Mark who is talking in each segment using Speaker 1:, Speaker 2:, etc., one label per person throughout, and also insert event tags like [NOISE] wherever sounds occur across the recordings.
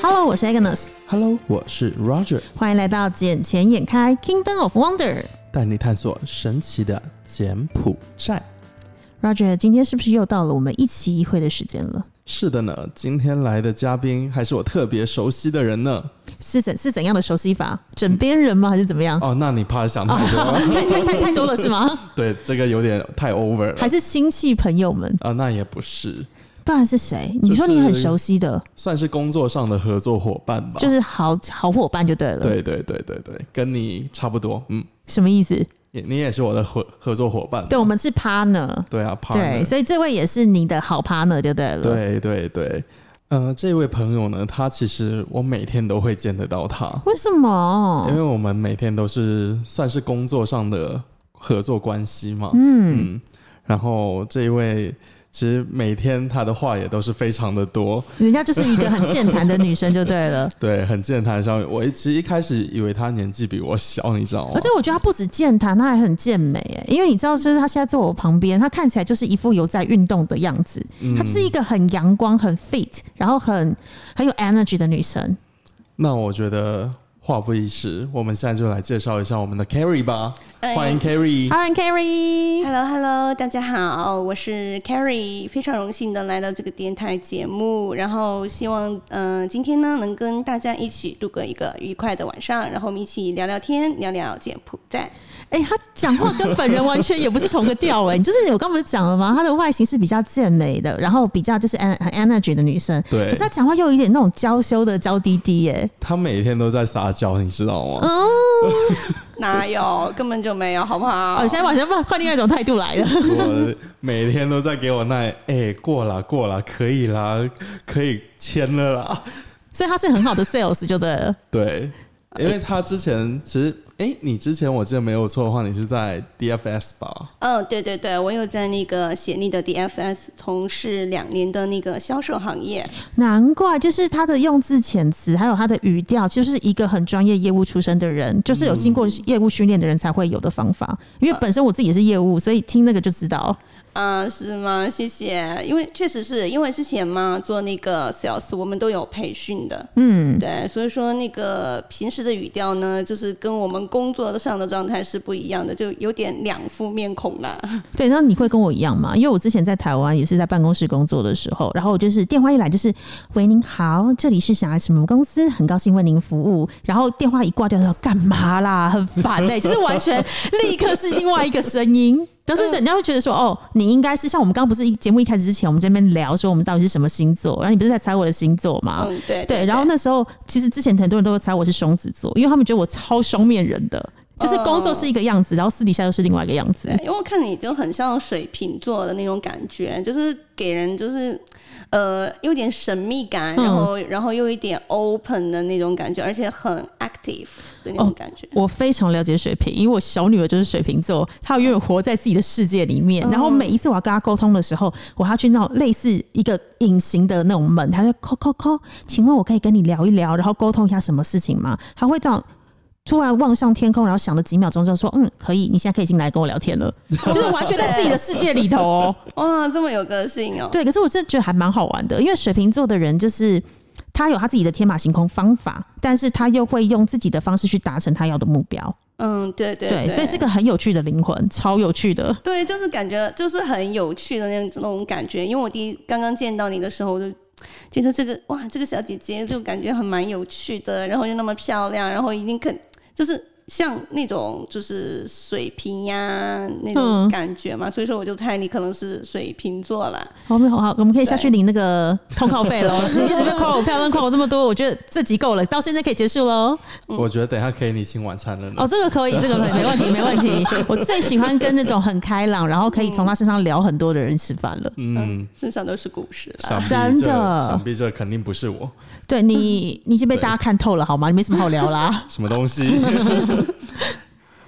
Speaker 1: Hello，我是 Agnes，
Speaker 2: Hello，我是 Roger，
Speaker 1: 欢迎来到《眼前眼开 Kingdom of Wonder》。
Speaker 2: 带你探索神奇的柬埔寨。
Speaker 1: Roger，今天是不是又到了我们一期一会的时间了？
Speaker 2: 是的呢，今天来的嘉宾还是我特别熟悉的人呢。
Speaker 1: 是怎是怎样的熟悉法？枕边人吗？还是怎么样？
Speaker 2: 哦，那你怕想太
Speaker 1: [LAUGHS]
Speaker 2: 多了，
Speaker 1: 太太太太多了是
Speaker 2: [LAUGHS]
Speaker 1: 吗？
Speaker 2: 对，这个有点太 over 了。
Speaker 1: 还是亲戚朋友们？
Speaker 2: 啊、那也不是，
Speaker 1: 不然是谁？
Speaker 2: 就是
Speaker 1: 你说你很熟悉的，
Speaker 2: 算是工作上的合作伙伴吧。
Speaker 1: 就是、呃好好伙伴就对了。，
Speaker 2: 对对对对对，跟你差不多。嗯，
Speaker 1: 什么意思？
Speaker 2: 也你也是我的合合作伙伴。
Speaker 1: 对，我们是 partner。
Speaker 2: 对啊，partner，
Speaker 1: 对，所以这位也是你的好 partner 就对了。，
Speaker 2: 对对对。呃，这位朋友呢，他其实我每天都会见得到他。
Speaker 1: 为什么
Speaker 2: 因？为我们每天都是算是工作上的合作关系嘛，
Speaker 1: 嗯，
Speaker 2: 嗯，然后这一位其实每天他的话也都是非常的多，
Speaker 1: 人家就是一个很健谈的女生就对了。
Speaker 2: 对，很健谈上。我其实一开始以为他年纪比我小，你知道吗？
Speaker 1: 而且我觉得她不止健谈，她还很健美哎，因为你知道，就是她现在坐我旁边，她看起来就是一副有在运动的样子，她就是一个很阳光、很 fit，然后很很有 energy 的女生。
Speaker 2: 那我觉得话不宜迟，我们现在就来介绍一下我们的 Carrie 吧，欢迎 Carrie。
Speaker 1: Alan Carey，
Speaker 3: Hello Hello，大家好，我是 Carrie，非常荣幸的来到这个电台节目，然后希望嗯、呃今天呢能跟大家一起度过一个愉快的晚上，然后我们一起聊聊天，聊聊柬埔寨。
Speaker 1: 哎、她讲话跟本人完全也不是同个调哎、你就是我刚不是讲了吗？她的外形是比较健美的，然后比较就是 en 很 energy 的女生，可
Speaker 2: 对
Speaker 1: 是她讲话又有一点那种娇羞的娇滴滴哎、
Speaker 2: 他每天都在撒娇，你知道吗？
Speaker 1: [LAUGHS]
Speaker 3: 哪有，根本就没有，好不好？
Speaker 1: [LAUGHS] 哦，现在完全换换另外一种态度来了。
Speaker 2: 我每天都在给我那哎、过啦过啦，可以啦，可以签了啦。
Speaker 1: 所以她是很好的 sales 就对了。
Speaker 2: 对，
Speaker 1: 呃
Speaker 2: 因为他之前其实，哎、你之前我记得没有错的话，你是在 DFS 吧？
Speaker 3: 嗯，对对对，我有在那个协力的 DFS 从事两年的那个销售行业，
Speaker 1: 难怪，就是他的用字遣词，还有他的语调，就是一个很专业业务出身的人，就是有经过业务训练的人才会有的方法。因为本身我自己也是业务，所以听那个就知道。
Speaker 3: 嗯，是吗？谢谢，因为确实是因为之前嘛做那个 sales，我们都有培训的，嗯，对，所以说那个平时的语调呢，就是跟我们工作上的状态是不一样的，就有点两副面孔啦。
Speaker 1: 对，然后你会跟我一样吗？因为我之前在台湾也是在办公室工作的时候，然后我就是电话一来就是“喂，您好，这里是啥什么公司，很高兴为您服务。”然后电话一挂掉，说干嘛啦，很烦嘞、就是完全立刻是另外一个声音。就是人家会觉得说，哦，你应该是像我们刚刚不是一节目一开始之前，我们这边聊说我们到底是什么星座，然后你不是在猜我的星座吗？
Speaker 3: [LAUGHS] 嗯，对
Speaker 1: 对，然后那时候其实之前很多人都会猜我是双子座，因为他们觉得我超双面人的，就是工作是一个样子，然后私底下又是另外一个样子
Speaker 3: 对。，因为我看你就很像水瓶座的那种感觉，就是给人就是呃有点神秘感，然后、然后又一点 open 的那种感觉，而且很 active 的那种感
Speaker 1: [LAUGHS]
Speaker 3: 觉。
Speaker 1: 我非常了解水瓶，因为我小女儿就是水瓶座，她永远活在自己的世界里面。然后每一次我要跟她沟通的时候，我要去那种类似一个隐形的那种门，她就扣扣扣，请问我可以跟你聊一聊，然后沟通一下什么事情吗？她会这样。突然望向天空，然后想了几秒钟之后说：“嗯，可以，你现在可以进来跟我聊天了。”就是完全在自己的世界里头哦。
Speaker 3: 哇，这么有个性哦！
Speaker 1: 对，可是我真的觉得还蛮好玩的，因为水瓶座的人就是他有他自己的天马行空方法，但是他又会用自己的方式去达成他要的目标。
Speaker 3: 嗯，对对
Speaker 1: 对，所以是个很有趣的灵魂，超有趣的。
Speaker 3: 对，就是感觉就是很有趣的那种那种感觉。因为我第一刚刚见到你的时候，我就觉得这个哇，这个小姐姐就感觉很蛮有趣的，然后又那么漂亮，然后一定肯就是像那种就是水瓶呀、那
Speaker 1: 嗯
Speaker 3: 种感觉嘛。所以说，我就猜你可能是水瓶座啦。
Speaker 1: 好，没有好，我们可以下去领那 [LAUGHS] 个通告费喽。你一直被夸我漂亮，夸我这么多，我觉得这集够了，到现在可以结束喽。
Speaker 2: 我觉得等一下可以你请晚餐了呢。
Speaker 1: 嗯哦，这个可以，这个可以，没 [LAUGHS] 问题，没问题。我最喜欢跟那种很开朗，然后可以从他身上聊很多的人吃饭了。
Speaker 2: 嗯，
Speaker 3: 身上都是故事啦。
Speaker 2: 想必
Speaker 1: 真
Speaker 2: 这
Speaker 1: 的
Speaker 2: 想必这肯定不是我，
Speaker 1: 对你，你已经被大家看透了，好吗？你没什么好聊
Speaker 2: [LAUGHS]
Speaker 1: 啦。
Speaker 2: 什么东
Speaker 1: [LAUGHS]
Speaker 2: 西？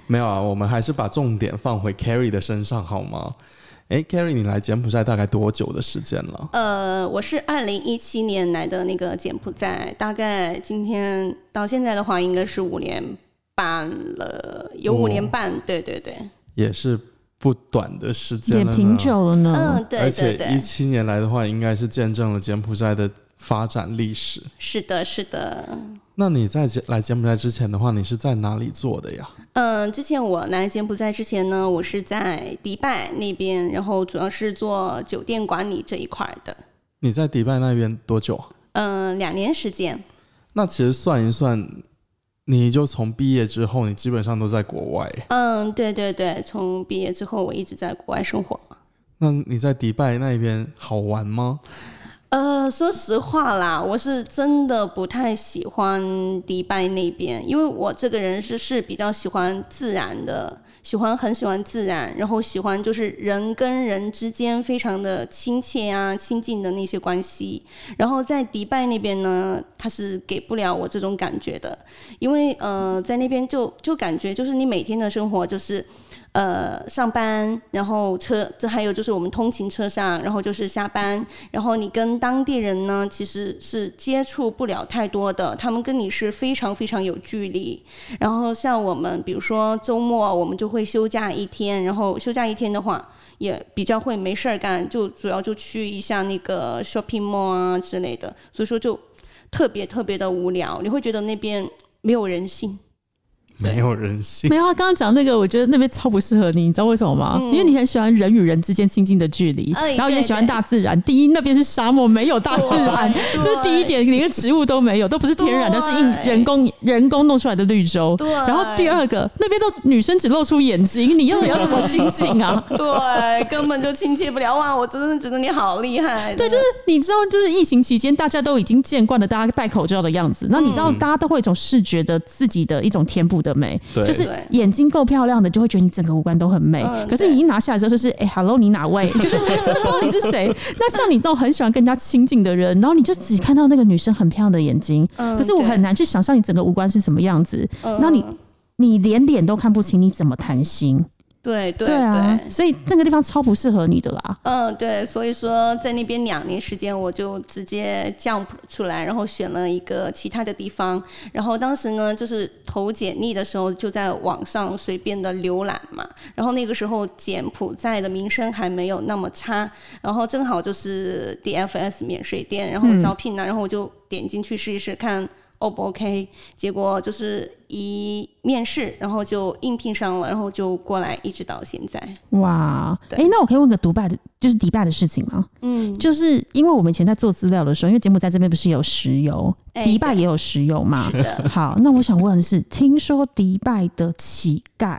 Speaker 2: 没有啊，我们还是把重点放回 Carrie 的身上好吗？哎、c a r r i e 你来柬埔寨大概多久的时间了？
Speaker 3: 呃，我是二零一七年来的那个柬埔寨，大概今天到现在的话，应该是五年半了，有五年半，
Speaker 2: 嗯
Speaker 3: 对对对，
Speaker 2: 也是不短的时间
Speaker 1: 也
Speaker 2: 了呢，
Speaker 1: 挺久了呢。
Speaker 3: 嗯，对
Speaker 2: 而
Speaker 3: 对
Speaker 2: 且一
Speaker 3: 对，
Speaker 2: 七年来的话，应该是见证了柬埔寨的发展历史。
Speaker 3: 是的，是的。
Speaker 2: 那你在柬来柬埔寨之前的话，你是在哪里做的呀？
Speaker 3: 嗯，之前我来柬埔寨之前呢，我是在迪拜那边，然后主要是做酒店管理这一块儿的。
Speaker 2: 你在迪拜那边多久啊？
Speaker 3: 嗯，两年时间。
Speaker 2: 那其实算一算，你就从毕业之后，你基本上都在国外。
Speaker 3: 嗯，对对对，从毕业之后我一直在国外生活。
Speaker 2: 那你在迪拜那边好玩吗？
Speaker 3: 呃，说实话啦，我是真的不太喜欢迪拜那边，因为我这个人是是比较喜欢自然的，喜欢很喜欢自然，然后喜欢就是人跟人之间非常的亲切啊、亲近的那些关系。然后在迪拜那边呢，它是给不了我这种感觉的，因为呃，在那边就就感觉就是你每天的生活就是。呃，上班，然后车，这还有就是我们通勤车上，然后就是下班，然后你跟当地人呢，其实是接触不了太多的，他们跟你是非常非常有距离。然后像我们，比如说周末我们就会休假一天，然后休假一天的话，也比较会没事儿干，就主要就去一下那个 shopping mall 啊之类的，所以说就特别特别的无聊，你会觉得那边没有人性。
Speaker 2: [LAUGHS] 没有人性
Speaker 1: 没。有，啊他刚刚讲那个，我觉得那边超不适合你，你知道为什么吗？因为你很喜欢人与人之间亲近的距离，
Speaker 3: 嗯哎
Speaker 1: 然后也
Speaker 3: 对
Speaker 1: 喜欢大自然。第一，那边是沙漠，没有大自然，
Speaker 3: 对
Speaker 1: 这是第一点，连个植物都没有，都不是天然的，
Speaker 3: 对
Speaker 1: 是硬人工人工弄出来的绿洲。
Speaker 3: 对
Speaker 1: 然后第二个，那边都女生只露出眼睛，你要要怎么亲近
Speaker 3: [LAUGHS]
Speaker 1: 啊？
Speaker 3: 对，根本就亲切不了哇！我真的觉得你好厉害。
Speaker 1: 对，就是你知道，就是疫情期间大家都已经见惯了大家戴口罩的样子，那你知
Speaker 3: 嗯
Speaker 1: 道大家都会有一种视觉的自己的一种填补的美，
Speaker 2: [LAUGHS] 对
Speaker 1: 就是
Speaker 3: 对
Speaker 1: 眼睛够漂亮的，就会觉得你整个五官都很美。
Speaker 3: 嗯
Speaker 1: 可是你一拿下来之后，就是哎、h e l l o 你哪
Speaker 3: [LAUGHS]
Speaker 1: 位？就是真的不知道你是谁。那像你这种很喜欢跟人家亲近的人，然后你就只看到那个女生很漂亮的眼睛，
Speaker 3: 嗯
Speaker 1: 可是我
Speaker 3: 对
Speaker 1: 很难去想象你整个五官是什么样子。
Speaker 3: 嗯
Speaker 1: 那你你连脸都看不清，你怎么谈心？
Speaker 3: 对对
Speaker 1: 啊，
Speaker 3: 对
Speaker 1: 所以这个地方超不适合你的啦。
Speaker 3: 嗯，对，所以说在那边两年时间，我就直接 jump 出来，然后选了一个其他的地方。然后当时呢，就是投简历的时候，就在网上随便的浏览嘛。然后那个时候柬埔寨的名声还没有那么差，然后正好就是 DFS 免税店，然后招聘呢，然后我就点进去试一试看 O 不 OK。结果就是一面试，然后就应聘上了，然后就过来一直到现在。
Speaker 1: 哇，
Speaker 3: 对
Speaker 1: 哎、那我可以问个迪拜的，就是迪拜的事情吗？
Speaker 3: 嗯，
Speaker 1: 就是因为我们以前在做资料的时候，因为柬埔寨这边不是有石油，
Speaker 3: 哎
Speaker 1: 迪拜也有石油嘛。 [LAUGHS] 好，那我想问的是，听说迪拜的乞丐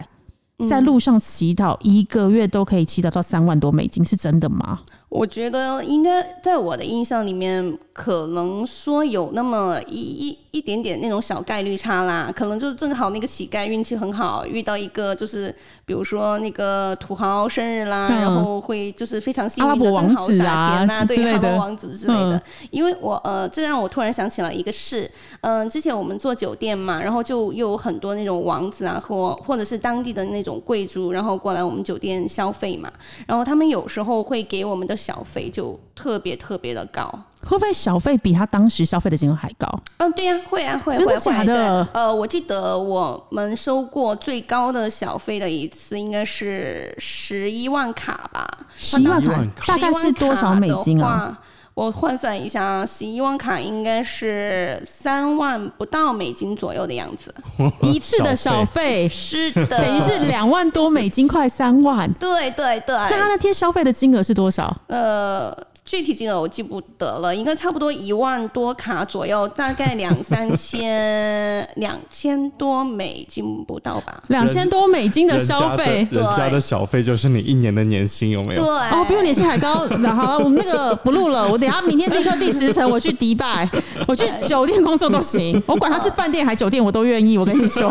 Speaker 1: 在
Speaker 3: 嗯
Speaker 1: 路上乞讨，一个月都可以乞讨到三万多美金，是真的吗？
Speaker 3: 我觉得应该在我的印象里面，可能说有那么一一一点点那种小概率差啦，可能就是正好那个乞丐运气很好，遇到一个就是比如说那个土豪生日啦，
Speaker 1: 嗯
Speaker 3: 然后会就是非常幸
Speaker 1: 阿
Speaker 3: 运
Speaker 1: 拉
Speaker 3: 的
Speaker 1: 伯王
Speaker 3: 正好
Speaker 1: 子
Speaker 3: 撒
Speaker 1: 啊
Speaker 3: 钱啦，
Speaker 1: 之
Speaker 3: 对
Speaker 1: 类
Speaker 3: 阿拉
Speaker 1: 的
Speaker 3: 伯王子之类的。
Speaker 1: 嗯
Speaker 3: 因为我呃，这让我突然想起了一个事，嗯、之前我们做酒店嘛，然后就又有很多那种王子啊，或或者是当地的那种贵族，然后过来我们酒店消费嘛，然后他们有时候会给我们的小费就特别特别的高。
Speaker 1: 会不会小费比他当时消费的金额还高？
Speaker 3: 嗯，对呀、会啊，会啊，
Speaker 1: 真的
Speaker 3: 会啊会
Speaker 1: 假
Speaker 3: 啊
Speaker 1: 的
Speaker 3: 对呃，我记得我们收过最高的小费的一次应该是十一万卡吧，
Speaker 1: 十一万
Speaker 2: 11
Speaker 1: 卡
Speaker 2: 万
Speaker 1: 大
Speaker 2: 卡
Speaker 1: 概是多少美金啊？
Speaker 3: 啊？我换算一下啊，十一万卡应该是三万不到美金左右的样子。
Speaker 1: 一次的小费
Speaker 3: 是的，
Speaker 1: 等于是两万多美金，快三万。
Speaker 3: 对对对。
Speaker 1: 那他那天消费的金额是多少？
Speaker 3: 呃，具体金额我记不得了，应该差不多一万多卡左右，大概两三千两千多美金不到吧。
Speaker 1: 两千多美金的
Speaker 2: 人家
Speaker 1: 消费，
Speaker 2: 人家的小费就是你一年的年薪，有没
Speaker 3: 对，
Speaker 2: 有？
Speaker 1: [LAUGHS] 哦，比我年薪还 [LAUGHS] 高。然后我们那个不录了，我等一下明天立刻第十层，我去迪拜，我去酒店工作都行，我管他是饭店还酒店，我都愿意。我跟你说，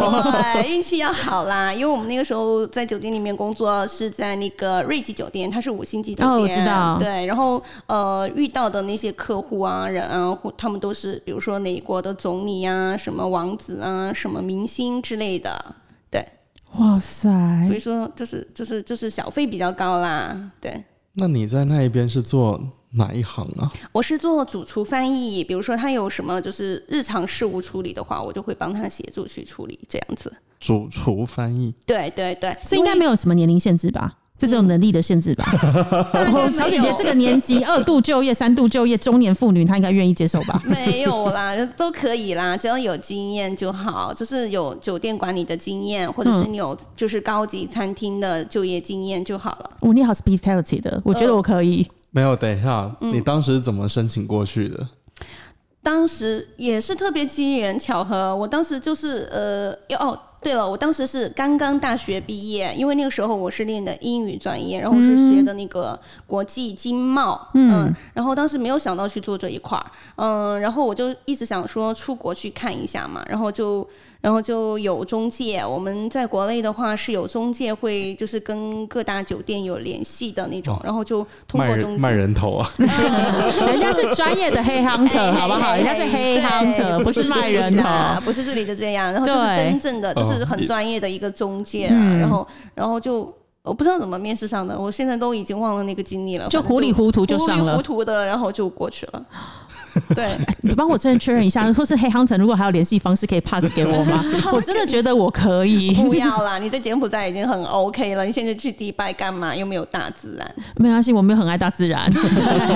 Speaker 3: 对，运气要好啦，因为我们那个时候在酒店里面工作，是在那个瑞吉酒店，它是五星级酒店。
Speaker 1: 哦我知道
Speaker 3: 对，然后呃，遇到的那些客户啊、人啊，或他们都是比如说哪国的总理啊、什么王子啊、什么明星之类的。对，
Speaker 1: 哇塞，
Speaker 3: 所以说就是就是就是小费比较高啦。对，
Speaker 2: 那你在那一边是做哪一行啊？
Speaker 3: 我是做主厨翻译，比如说他有什么就是日常事务处理的话，我就会帮他协助去处理这样子。
Speaker 2: 主厨翻译。
Speaker 3: 对对对，
Speaker 1: 这应该
Speaker 3: 因为
Speaker 1: 没有什么年龄限制吧？这是有能力的限制吧？
Speaker 3: 大概
Speaker 1: [LAUGHS] 然
Speaker 3: 没
Speaker 1: 后
Speaker 3: 有
Speaker 1: 小姐姐这个年纪，二度就业、三度就业，中年妇女，她应该愿意接受吧？
Speaker 3: [LAUGHS] 没有啦，就是都可以啦，只要有经验就好，就是有酒店管理的经验，或者是你有就是高级餐厅的就业经验就好了。
Speaker 1: 我念好 hospitality 的，我觉得我可以。
Speaker 2: 没有，等一下，你当时怎么申请过去的？
Speaker 3: 当时也是特别机缘巧合，我当时就是呃，哟哦，对了，我当时是刚刚大学毕业，因为那个时候我是练的英语专业，然后我是学的那个国际经贸，嗯然后当时没有想到去做这一块儿，嗯，然后我就一直想说出国去看一下嘛，然后就。然后就有中介，我们在国内的话是有中介会，就是跟各大酒店有联系的那种，然后就通
Speaker 2: 哦卖
Speaker 3: 过中
Speaker 2: 人
Speaker 3: 介
Speaker 2: 卖人头啊！
Speaker 1: 人家是专业的黑 [LAUGHS] hunter，好不好？人家是黑
Speaker 3: 对
Speaker 1: hunter，不是卖人哦头。
Speaker 3: 啊不是这里的这样，然后就是
Speaker 1: 对嗯
Speaker 3: 真正的就是很专业的一个中介啊，然后然后就。我不知道怎么面试上的，我现在都已经忘了那个经历了，
Speaker 1: 就
Speaker 3: 反正
Speaker 1: 糊里糊涂就上了
Speaker 3: 糊里糊涂的，然后就过去
Speaker 1: [LAUGHS]
Speaker 3: 了。对，
Speaker 1: 你帮我真的确认一
Speaker 3: [LAUGHS]
Speaker 1: 下，或是黑 hunter 如果还有联系方式，可以 pass 给我吗？我真的觉得我可以。
Speaker 3: 不要啦，你在柬埔寨已经很 OK 了，你现在去迪拜干嘛？又没有大自然，
Speaker 1: [LAUGHS] 没关系，我没有很爱大自然，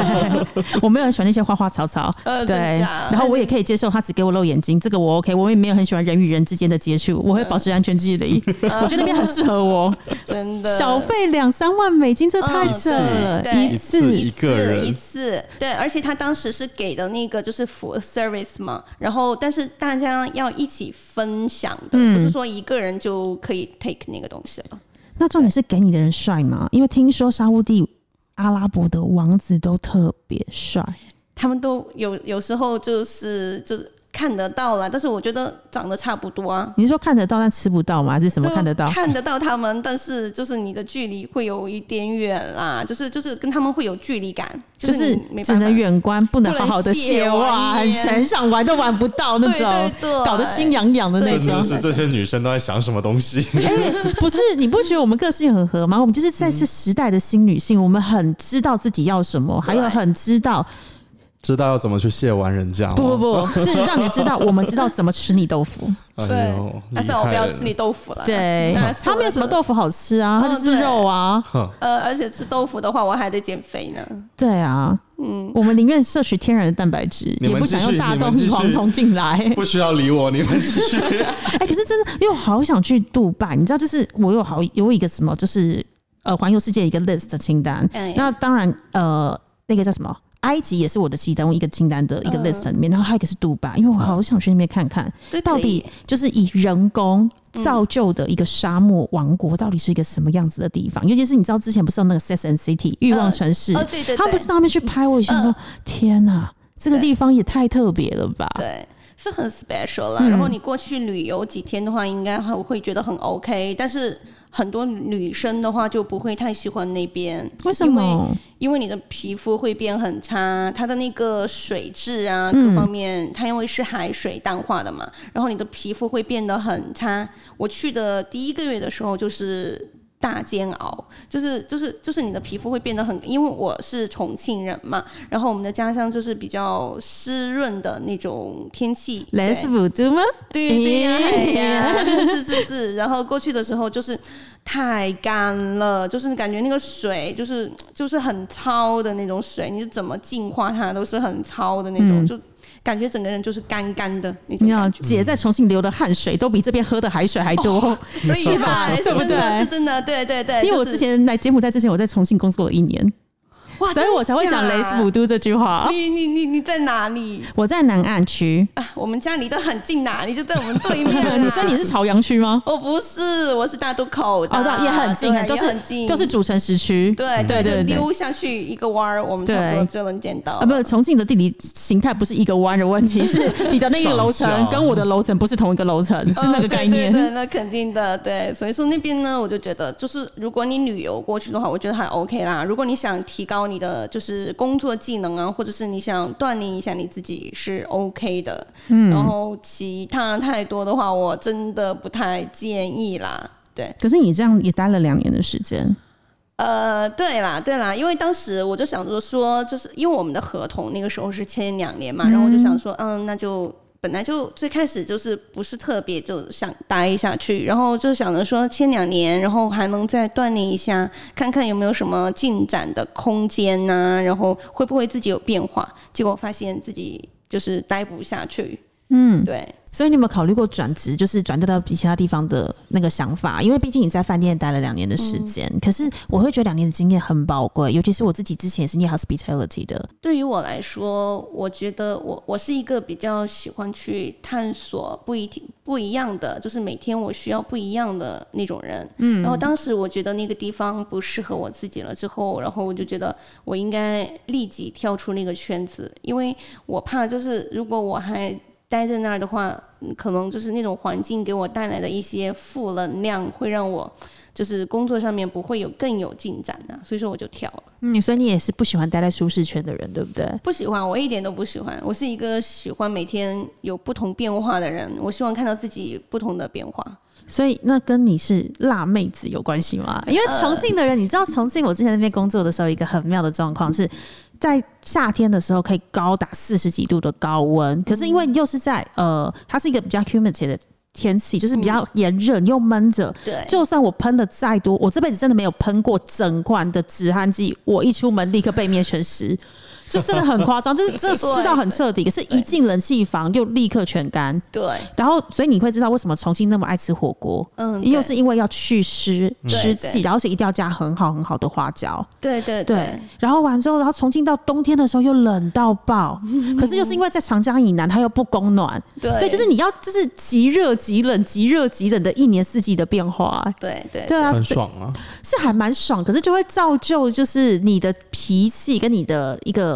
Speaker 1: [LAUGHS] 我没有很喜欢那些花花草草。
Speaker 3: [LAUGHS] 呃，
Speaker 1: 对
Speaker 3: 真，假？
Speaker 1: 然后我也可以接受他只给我露眼睛，这个我 OK。我也没有很喜欢人与人之间的接触，我会
Speaker 3: 呃
Speaker 1: 保持安全距离。我觉得那边很适合
Speaker 3: [LAUGHS]
Speaker 1: 我，
Speaker 3: 真的
Speaker 1: 小费两三万美金，这太扯了，
Speaker 3: 嗯
Speaker 1: 一
Speaker 2: 一
Speaker 1: 次
Speaker 2: 次一个
Speaker 3: 一
Speaker 2: 人，
Speaker 3: 次，对，而且他当时是给的那个就是 full service 嘛，然后但是大家要一起分享的，
Speaker 1: 嗯
Speaker 3: 不是说一个人就可以 take 那个东西了。
Speaker 1: 那重点是给你的人帅吗？因为听说沙乌地阿拉伯的王子都特别帅，
Speaker 3: 他们都有有时候就是就是看得到了，但是我觉得长得差不多啊。
Speaker 1: 你是说看得到但吃不到吗？还是什么
Speaker 3: 就
Speaker 1: 看得到？
Speaker 3: 看得到他们，但是就是你的距离会有一点远啦，就是就是跟他们会有距离感，
Speaker 1: 就是是
Speaker 3: 你没
Speaker 1: 只
Speaker 3: 办法
Speaker 1: 能远观，不能好好的
Speaker 3: 不
Speaker 1: 哇，
Speaker 3: 能亵玩
Speaker 1: 很
Speaker 3: 焉
Speaker 1: 很想玩都玩不到那
Speaker 3: 对
Speaker 1: 种，
Speaker 3: 对对
Speaker 1: 搞得心痒痒的那
Speaker 3: 对
Speaker 2: 真
Speaker 1: 种
Speaker 2: 的
Speaker 3: 对。
Speaker 2: 是这些女生都在想什么东西？
Speaker 1: 不是，你不觉得我们个性很合吗？我们就是在是时代的新女性，我们很知道自己要什么，还有
Speaker 3: 对
Speaker 1: 很知道
Speaker 2: [LAUGHS] 知道要怎么去卸完人家吗？
Speaker 1: 不不不是让你知道，我们知道怎么吃你豆
Speaker 3: [LAUGHS]
Speaker 1: 腐。
Speaker 2: 不
Speaker 3: 对
Speaker 2: 哎呦，，
Speaker 3: 但是我不要
Speaker 2: 厉害
Speaker 3: 吃你豆腐了。
Speaker 1: 对
Speaker 3: 那，吃
Speaker 1: 它没有什么豆腐好吃
Speaker 3: 哦
Speaker 1: 啊，它就是肉啊。
Speaker 3: 呃，而且吃豆腐的话，我还得减肥呢。
Speaker 1: 对啊，嗯，我们宁愿摄取天然的蛋白质，
Speaker 2: 你们
Speaker 1: 也不想
Speaker 2: 继
Speaker 1: 用
Speaker 2: 续
Speaker 1: 大
Speaker 2: 你们
Speaker 1: 豆
Speaker 2: 继
Speaker 1: 异
Speaker 2: 续
Speaker 1: 黄酮进来。
Speaker 2: 不需要理我，你们继
Speaker 3: [LAUGHS]
Speaker 2: 续。
Speaker 3: 啊
Speaker 1: 哎、可是真的，因为我好想去杜拜，你知道，就是我有好有一个什么，就是呃环游世界的一个 list 的清单。
Speaker 3: 哎
Speaker 1: 那当然，呃，那个叫什么？埃及也是我的其中一个清单的
Speaker 3: 嗯
Speaker 1: 一个 list 里面，然后还有一个是杜拜，因为我好想去那边看看，
Speaker 3: 对
Speaker 1: 到底就是以人工
Speaker 3: 嗯
Speaker 1: 造就的一个沙漠王国，到底是一个什么样子的地方？尤其是你知道之前不是有那个 Sex and City 欲望城市，
Speaker 3: 哦，对对对，嗯
Speaker 1: 他们不是到那边去拍，我就想说，天哪、这个
Speaker 3: 对
Speaker 1: 地方也太特别了吧！
Speaker 3: 对。是很 special
Speaker 1: 嗯
Speaker 3: 啦，然后你过去旅游几天的话，应该还会觉得很 OK。但是很多女生的话就不会太喜欢那边，
Speaker 1: 为什么？
Speaker 3: 因为你的皮肤会变很差，它的那个水质啊各方面，它因为是海水淡化的嘛，然后你的皮肤会变得很差。我去的第一个月的时候就是。大煎熬，就是就是就是你的皮肤会变得很，因为我是重庆人嘛，然后我们的家乡就是比较湿润的那种天气，
Speaker 1: 来
Speaker 3: 对
Speaker 1: 自福州吗？哎
Speaker 3: 对对呀、对呀、 [LAUGHS] 是是是。然后过去的时候就是太干了，就是感觉那个水就是就是很糙的那种水，你是怎么净化它都是很糙的那种，就感觉整个人就是干干的那
Speaker 1: [LAUGHS] 嗯你
Speaker 3: 种
Speaker 1: 知道，
Speaker 3: 感觉。
Speaker 1: 姐在重庆流的汗水都比这边喝的海水还多，
Speaker 3: 哦
Speaker 1: 是吧？
Speaker 3: 哎是
Speaker 1: 对不
Speaker 3: 真的
Speaker 1: 对？
Speaker 3: 是真的，对对对。
Speaker 1: 因为我
Speaker 3: 就
Speaker 1: 之
Speaker 3: 是啊
Speaker 1: 前来柬埔寨之前，我在重庆工作了一年，
Speaker 3: 哇，
Speaker 1: 所以我才会讲雷斯普都这句话。
Speaker 3: 你你你你在哪里
Speaker 1: 我在南岸区，
Speaker 3: 啊？我们家离得很近呐、你就在我们对面、
Speaker 1: [LAUGHS]
Speaker 3: 啊。
Speaker 1: 你说你是朝阳区吗？
Speaker 3: 我不是，我是大渡口的，
Speaker 1: 哦，对，也很近，
Speaker 3: 啊对
Speaker 1: 都
Speaker 3: 也
Speaker 1: 是
Speaker 3: 很近，
Speaker 1: 就是主城时区。
Speaker 3: 对
Speaker 1: 对对对
Speaker 3: 就溜下去一个弯儿，我们
Speaker 1: 对
Speaker 3: 差不多就能见到。
Speaker 1: 啊，不，重庆的地理形态不是一个弯的问
Speaker 3: [LAUGHS]
Speaker 1: 题，是你的那个楼层
Speaker 2: 上下
Speaker 1: 跟我的楼层不是同一个楼层，是那个
Speaker 3: 嗯
Speaker 1: 概
Speaker 3: 对
Speaker 1: 念
Speaker 3: 对。对，那肯定的，对。所以说那边呢，我就觉得，就是如果你旅游过去的话，我觉得还 OK 啦。如果你想提高你的就是工作技能啊，或者是你想锻炼一下你自己，是 OK 的。嗯。然后其他太多的话，我真的不太建议啦。对，
Speaker 1: 可是你这样也待了两年的时间，
Speaker 3: 呃，对啦，对啦，因为当时我就想着说，就是因为我们的合同那个时候是签两年嘛，然后我就想说，嗯，那就。本来就最开始就是不是特别就想待下去，然后就想着说签两年，然后还能再锻炼一下，看看有没有什么进展的空间呐、然后会不会自己有变化。结果发现自己就是待不下去，
Speaker 1: 嗯，
Speaker 3: 对，
Speaker 1: 所以你有没有考虑过转职，就是转调到比其他地方的那个想法？因为毕竟你在饭店待了两年的时间，可是我会觉得两年的经验很宝贵，尤其是我自己之前也是念 hospitality 的，
Speaker 3: 对于我来说，我觉得我我是一个比较喜欢去探索不一不一样的，就是每天我需要不一样的那种人。嗯，然后当时我觉得那个地方不适合我自己了之后，然后我就觉得我应该立即跳出那个圈子，因为我怕就是如果我还待在那儿的话，嗯可能就是那种环境给我带来的一些负能量，会让我就是工作上面不会有更有进展的、所以说我就跳了。
Speaker 1: 嗯，所以你也是不喜欢待在舒适圈的人，对不对？
Speaker 3: 不喜欢，我一点都不喜欢。我是一个喜欢每天有不同变化的人，我希望看到自己不同的变化。
Speaker 1: 所以那跟你是辣妹子有关系吗？因为重庆的人，你知道重庆，我之前在那边工作的时候，一个很妙的状况是。在夏天的时候可以高达四十几度的高温，可是因为又是在呃，它是一个比较 humid 的天气，就是比较炎热又闷着，
Speaker 3: 对，
Speaker 1: 就算我喷了再多，我这辈子真的没有喷过整罐的止汗剂，我一出门立刻背面全
Speaker 3: [LAUGHS]
Speaker 1: 湿，就真的很夸张，就是这湿到很彻底，可是一进冷气房又立刻全干。
Speaker 3: 对，
Speaker 1: 然后，所以你会知道为什么重庆那么爱吃火锅，
Speaker 3: 嗯，
Speaker 1: 又
Speaker 3: 对嗯
Speaker 1: 是因为要去湿湿气，
Speaker 3: 对
Speaker 1: 然后而且一定要加很好很好的花椒。
Speaker 3: 对对
Speaker 1: 对，然后完之后，然后重庆到冬天的时候又冷到
Speaker 3: [LAUGHS]
Speaker 1: 爆，可是又是因为在长江以南它又不供暖，
Speaker 3: 对，
Speaker 1: 所以就是你要就是极热极冷、极热极冷的一年四季的变化、哎
Speaker 3: 对对
Speaker 1: 对啊，
Speaker 2: 很
Speaker 1: 这
Speaker 2: 爽啊！
Speaker 1: 是还蛮爽，可是就会造就就是你的脾气跟你的一个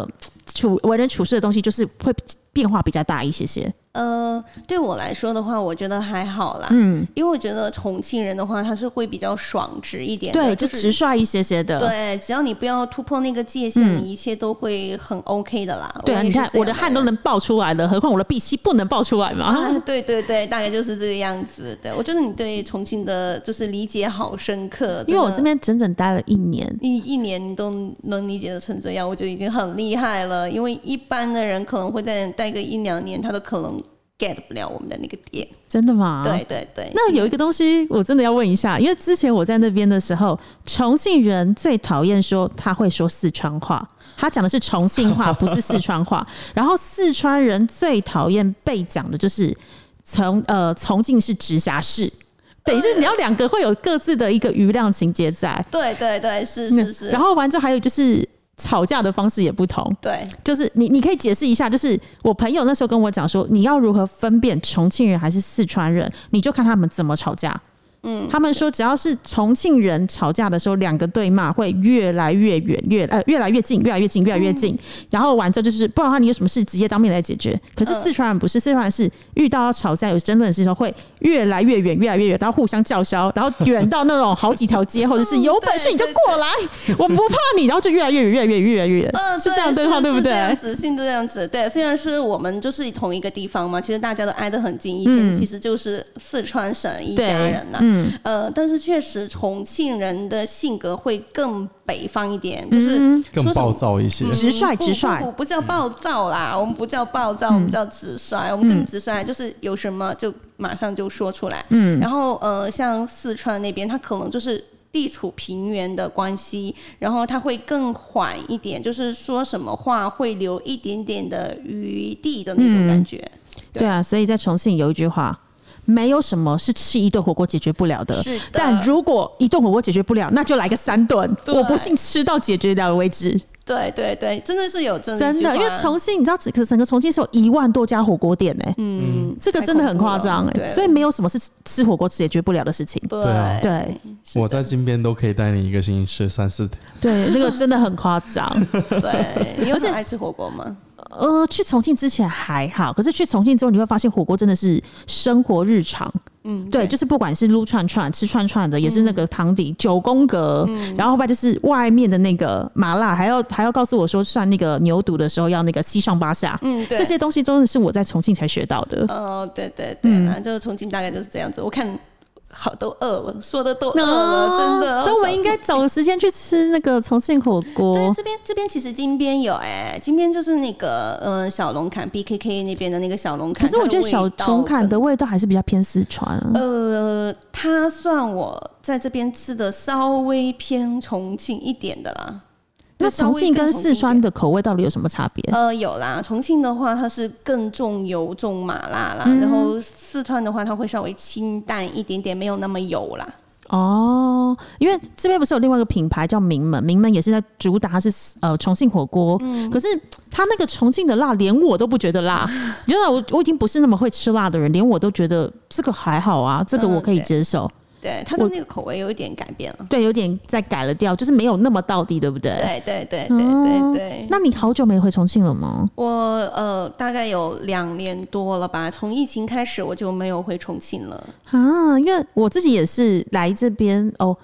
Speaker 1: 处为人处事的东西，就是会变化比较大一些些。
Speaker 3: 呃，对我来说的话，我觉得还好啦，
Speaker 1: 嗯，
Speaker 3: 因为我觉得重庆人的话，他是会比较爽直一点的，
Speaker 1: 对，就
Speaker 3: 就是
Speaker 1: 直率一些些的。
Speaker 3: 对，只要你不要突破那个界限，一切都会很 OK 的啦。
Speaker 1: 嗯对啊，
Speaker 3: 也
Speaker 1: 你
Speaker 3: 是
Speaker 1: 看
Speaker 3: 这
Speaker 1: 我的
Speaker 3: 样
Speaker 1: 汗都
Speaker 3: 人
Speaker 1: 能爆出来了，何况我的鼻息不能爆出来嘛？
Speaker 3: 啊，对对对，大概就是这个样子。对我觉得你对重庆的就是理解好深刻，
Speaker 1: [LAUGHS] 因为我
Speaker 3: 真的
Speaker 1: 这边整整待了一年，
Speaker 3: 一一年你都能理解的成这样，我觉得已经很厉害了。因为一般的人可能会在待个一两年，他都可能 get 不了我们的那个点。
Speaker 1: 真的吗？
Speaker 3: 对对对，
Speaker 1: 啊那有一个东西我真的要问一下，因为之前我在那边的时候，重庆人最讨厌说他会说四川话，他讲的是重庆
Speaker 3: [LAUGHS]
Speaker 1: 话，不是四川话。然后四川人最讨厌被讲的就是重呃重庆是直辖市，等于是你要两个会有各自的一个余量情节在，
Speaker 3: 对对对，是是是，
Speaker 1: 然后完之后还有就是吵架的方式也不同。
Speaker 3: 对
Speaker 1: 就是你，你可以解释一下，就是我朋友那时候跟我讲说，你要如何分辨重庆人还是四川人，你就看他们怎么吵架。嗯，他们说只要是重庆人吵架的时候，两个对骂会越来越远，越呃越来越近，越来越近，越来越近。然后完之后就是，不然的话你有什么事直接当面来解决。可是四川人不是，四川人是遇到要吵架有争论的时候，会越来越远，越来越远，然后互相叫嚣，然后远到那种好几条街，或者是有本事你就过来，我不怕你，然后就越来越远，越来越远，越来越远，
Speaker 3: 嗯，
Speaker 1: [LAUGHS] 是这样对话对不
Speaker 3: 是这
Speaker 1: 对？
Speaker 3: 样子，是这样子。对，虽然是我们就是同一个地方嘛，其实大家都挨得很近。以前其实就是四川省一家人呐、
Speaker 1: 嗯，
Speaker 3: 呃，但是确实重庆人的性格会更北方一点，
Speaker 1: 嗯
Speaker 3: 就是说
Speaker 2: 更
Speaker 3: 什
Speaker 2: 暴
Speaker 3: 么
Speaker 2: 躁一些，
Speaker 1: 直率
Speaker 3: 嗯
Speaker 1: 嗯
Speaker 3: 不
Speaker 1: 直率
Speaker 3: 不不，不叫暴躁啦，我们不叫暴躁，我们叫直率，我
Speaker 1: 嗯
Speaker 3: 们更直率，就是有什么就马上就说出来。嗯，然后呃，像四川那边，它可能就是。地处平原的关系，然后它会更缓一点，就是说什么话会留一点点的余地的那
Speaker 1: 嗯
Speaker 3: 种感觉。对
Speaker 1: 对啊，所以在重庆有一句话，没有什么是吃一顿火锅解决不了的。
Speaker 3: 是的，
Speaker 1: 但如果一顿火锅解决不了，那就来个三顿。
Speaker 3: 对
Speaker 1: 我不信吃到解决了为止，
Speaker 3: 对对对，真的是有这么一
Speaker 1: 真
Speaker 3: 句
Speaker 1: 的。因为
Speaker 3: 话
Speaker 1: 重庆，你知道整个整个重庆是有一万多家火锅店呢、
Speaker 3: 嗯，
Speaker 1: 这个真的很夸张
Speaker 3: 太恐怖
Speaker 1: 哎。
Speaker 3: 了
Speaker 1: 所以没有什么是吃火锅解决不了的事情。
Speaker 3: 对
Speaker 2: 对啊
Speaker 1: 对
Speaker 3: 是
Speaker 2: 我在
Speaker 3: 的
Speaker 2: 金边都可以带你一个星期吃三四天，
Speaker 1: 对，那个真的很夸张。
Speaker 3: 对，
Speaker 1: [LAUGHS]
Speaker 3: 你有很爱吃火锅吗？
Speaker 1: 呃，去重庆之前还好，可是去重庆之后，你会发现火锅真的是生活日常。
Speaker 3: 嗯，
Speaker 1: 对，就是不管是撸串串、吃串串的，也是那个汤底、九宫格，
Speaker 3: 嗯
Speaker 1: 然后后来就是外面的那个麻辣，还要还要告诉我说涮那个牛肚的时候要那个七上八下，
Speaker 3: 嗯，对，
Speaker 1: 这些东西真的是我在重庆才学到的。
Speaker 3: 嗯哦，对对对，反正就是重庆大概就是这样子。我看好都饿了，说的呃都饿了，真的。
Speaker 1: 啊所以我们应该找个时间去吃那个重庆火
Speaker 3: 对，
Speaker 1: 锅。
Speaker 3: 这边这边其实金边有哎、金边就是那个呃小龙坎 B K K 那边的那个小龙坎。
Speaker 1: 可是我觉得小
Speaker 3: 龙
Speaker 1: 重坎的味道还是比较偏四川啊。
Speaker 3: 呃，它算我在这边吃的稍微偏重庆一点的啦。
Speaker 1: 那
Speaker 3: 就稍
Speaker 1: 重
Speaker 3: 微
Speaker 1: 庆
Speaker 3: 更
Speaker 1: 跟
Speaker 3: 重
Speaker 1: 四
Speaker 3: 一
Speaker 1: 川
Speaker 3: 点
Speaker 1: 的口味到底有什么差别？
Speaker 3: 呃，有啦，重庆的话它是更重油、重麻辣啦，然后四川的话它会稍微清淡一点点，没有那么油啦。
Speaker 1: 哦，因为这边不是有另外一个品牌叫名门，名门也是在主打是呃重庆火锅，
Speaker 3: 嗯
Speaker 1: 可是它那个重庆的辣，连我都不觉得
Speaker 3: [LAUGHS]
Speaker 1: 辣。你知道我我已经不是那么会吃辣的人，连我都觉得这个还好啊，这个我可以
Speaker 3: 嗯对
Speaker 1: 接受。
Speaker 3: 对，它的
Speaker 1: 我
Speaker 3: 那个口味有一点改变了。
Speaker 1: 对，有点再改了掉，就是没有那么到底，对不对？
Speaker 3: 对对对对对对。
Speaker 1: 哦那你好久没回重庆了吗？
Speaker 3: 我呃大概有两年多了吧，从疫情开始我就没有回重庆了。
Speaker 1: 啊，因为我自己也是来这边哦，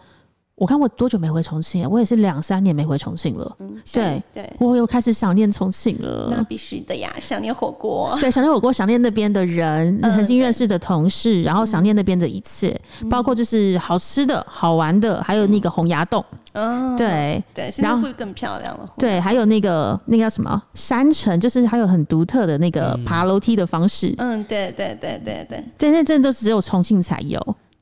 Speaker 1: 我看我多久没回重庆啊？我也是两三年没回重庆了，
Speaker 3: 嗯，
Speaker 1: 对
Speaker 3: 想对，
Speaker 1: 我又开始想念重庆了。
Speaker 3: 那必须的呀，想念火
Speaker 1: [LAUGHS]
Speaker 3: 锅。
Speaker 1: 对，想念火锅，想念那边的人，
Speaker 3: 嗯
Speaker 1: 曾经认识的同事，然后想念那边的一切，包括就是好吃的、好玩的，还有那个洪崖洞，
Speaker 3: 嗯，
Speaker 1: 对
Speaker 3: 对，现
Speaker 1: 哦
Speaker 3: 在
Speaker 1: 然后
Speaker 3: 会更漂亮了。
Speaker 1: 对，还有那个那个叫什么山城，就是还有很独特的那
Speaker 2: 嗯
Speaker 1: 个爬楼梯的方式，
Speaker 3: 嗯，对对对对对
Speaker 1: 对，那真的都只有重庆才有。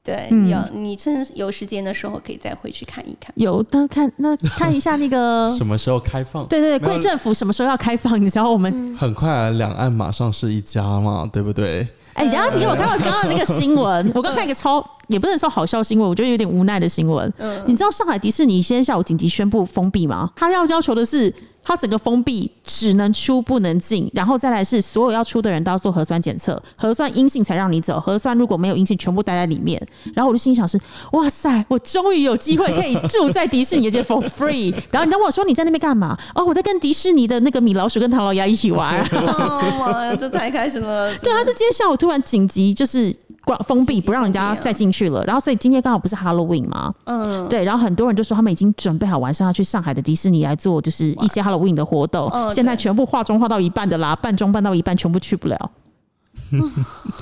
Speaker 3: 对，
Speaker 1: 嗯
Speaker 3: 有你趁有时间的时候可以再回去看
Speaker 1: [LAUGHS]
Speaker 3: 一看。
Speaker 1: 有，那看那看一下那个
Speaker 2: [LAUGHS]，
Speaker 3: 嗯
Speaker 2: 什么时候开放？
Speaker 1: 对对对，
Speaker 2: 没有
Speaker 1: 贵政府什么时候要开放？你知道我们
Speaker 2: 很快、啊、两岸马上是一家嘛，对不对？
Speaker 1: 哎，然后你有看到刚刚那个新闻？我刚看一个超也不能说好笑新闻，我觉得有点无奈的新闻。你知道上海迪士尼今天下午紧急宣布封闭吗？他要要求的是，他整个封闭只能出不能进，然后再来是所有要出的人都要做核酸检测，核酸阴性才让你走，核酸如果没有阴性，全部待在里面。然后我就心想是，哇塞，我终于有机会可以住在迪士尼界 for free。然后你跟我说你在那边干嘛？哦，我在跟迪士尼的那个米老鼠跟唐老鸭一起玩。
Speaker 3: 哦妈呀，这才开始呢。
Speaker 1: 对，他啊是今天下午突然紧急就是关封闭，
Speaker 3: 紧急
Speaker 1: 不让人家
Speaker 3: 封闭啊
Speaker 1: 再进去了。然后所以今天刚好不是 Halloween 吗？
Speaker 3: 嗯，
Speaker 1: 对，然后很多人就说他们已经准备好晚上要去上海的迪士尼来做就是一些 Halloween 的活动
Speaker 3: 哦，
Speaker 1: 现在
Speaker 3: 对
Speaker 1: 全部化妆化到一半的啦，扮装扮到一半全部去不
Speaker 3: [LAUGHS]
Speaker 1: 了。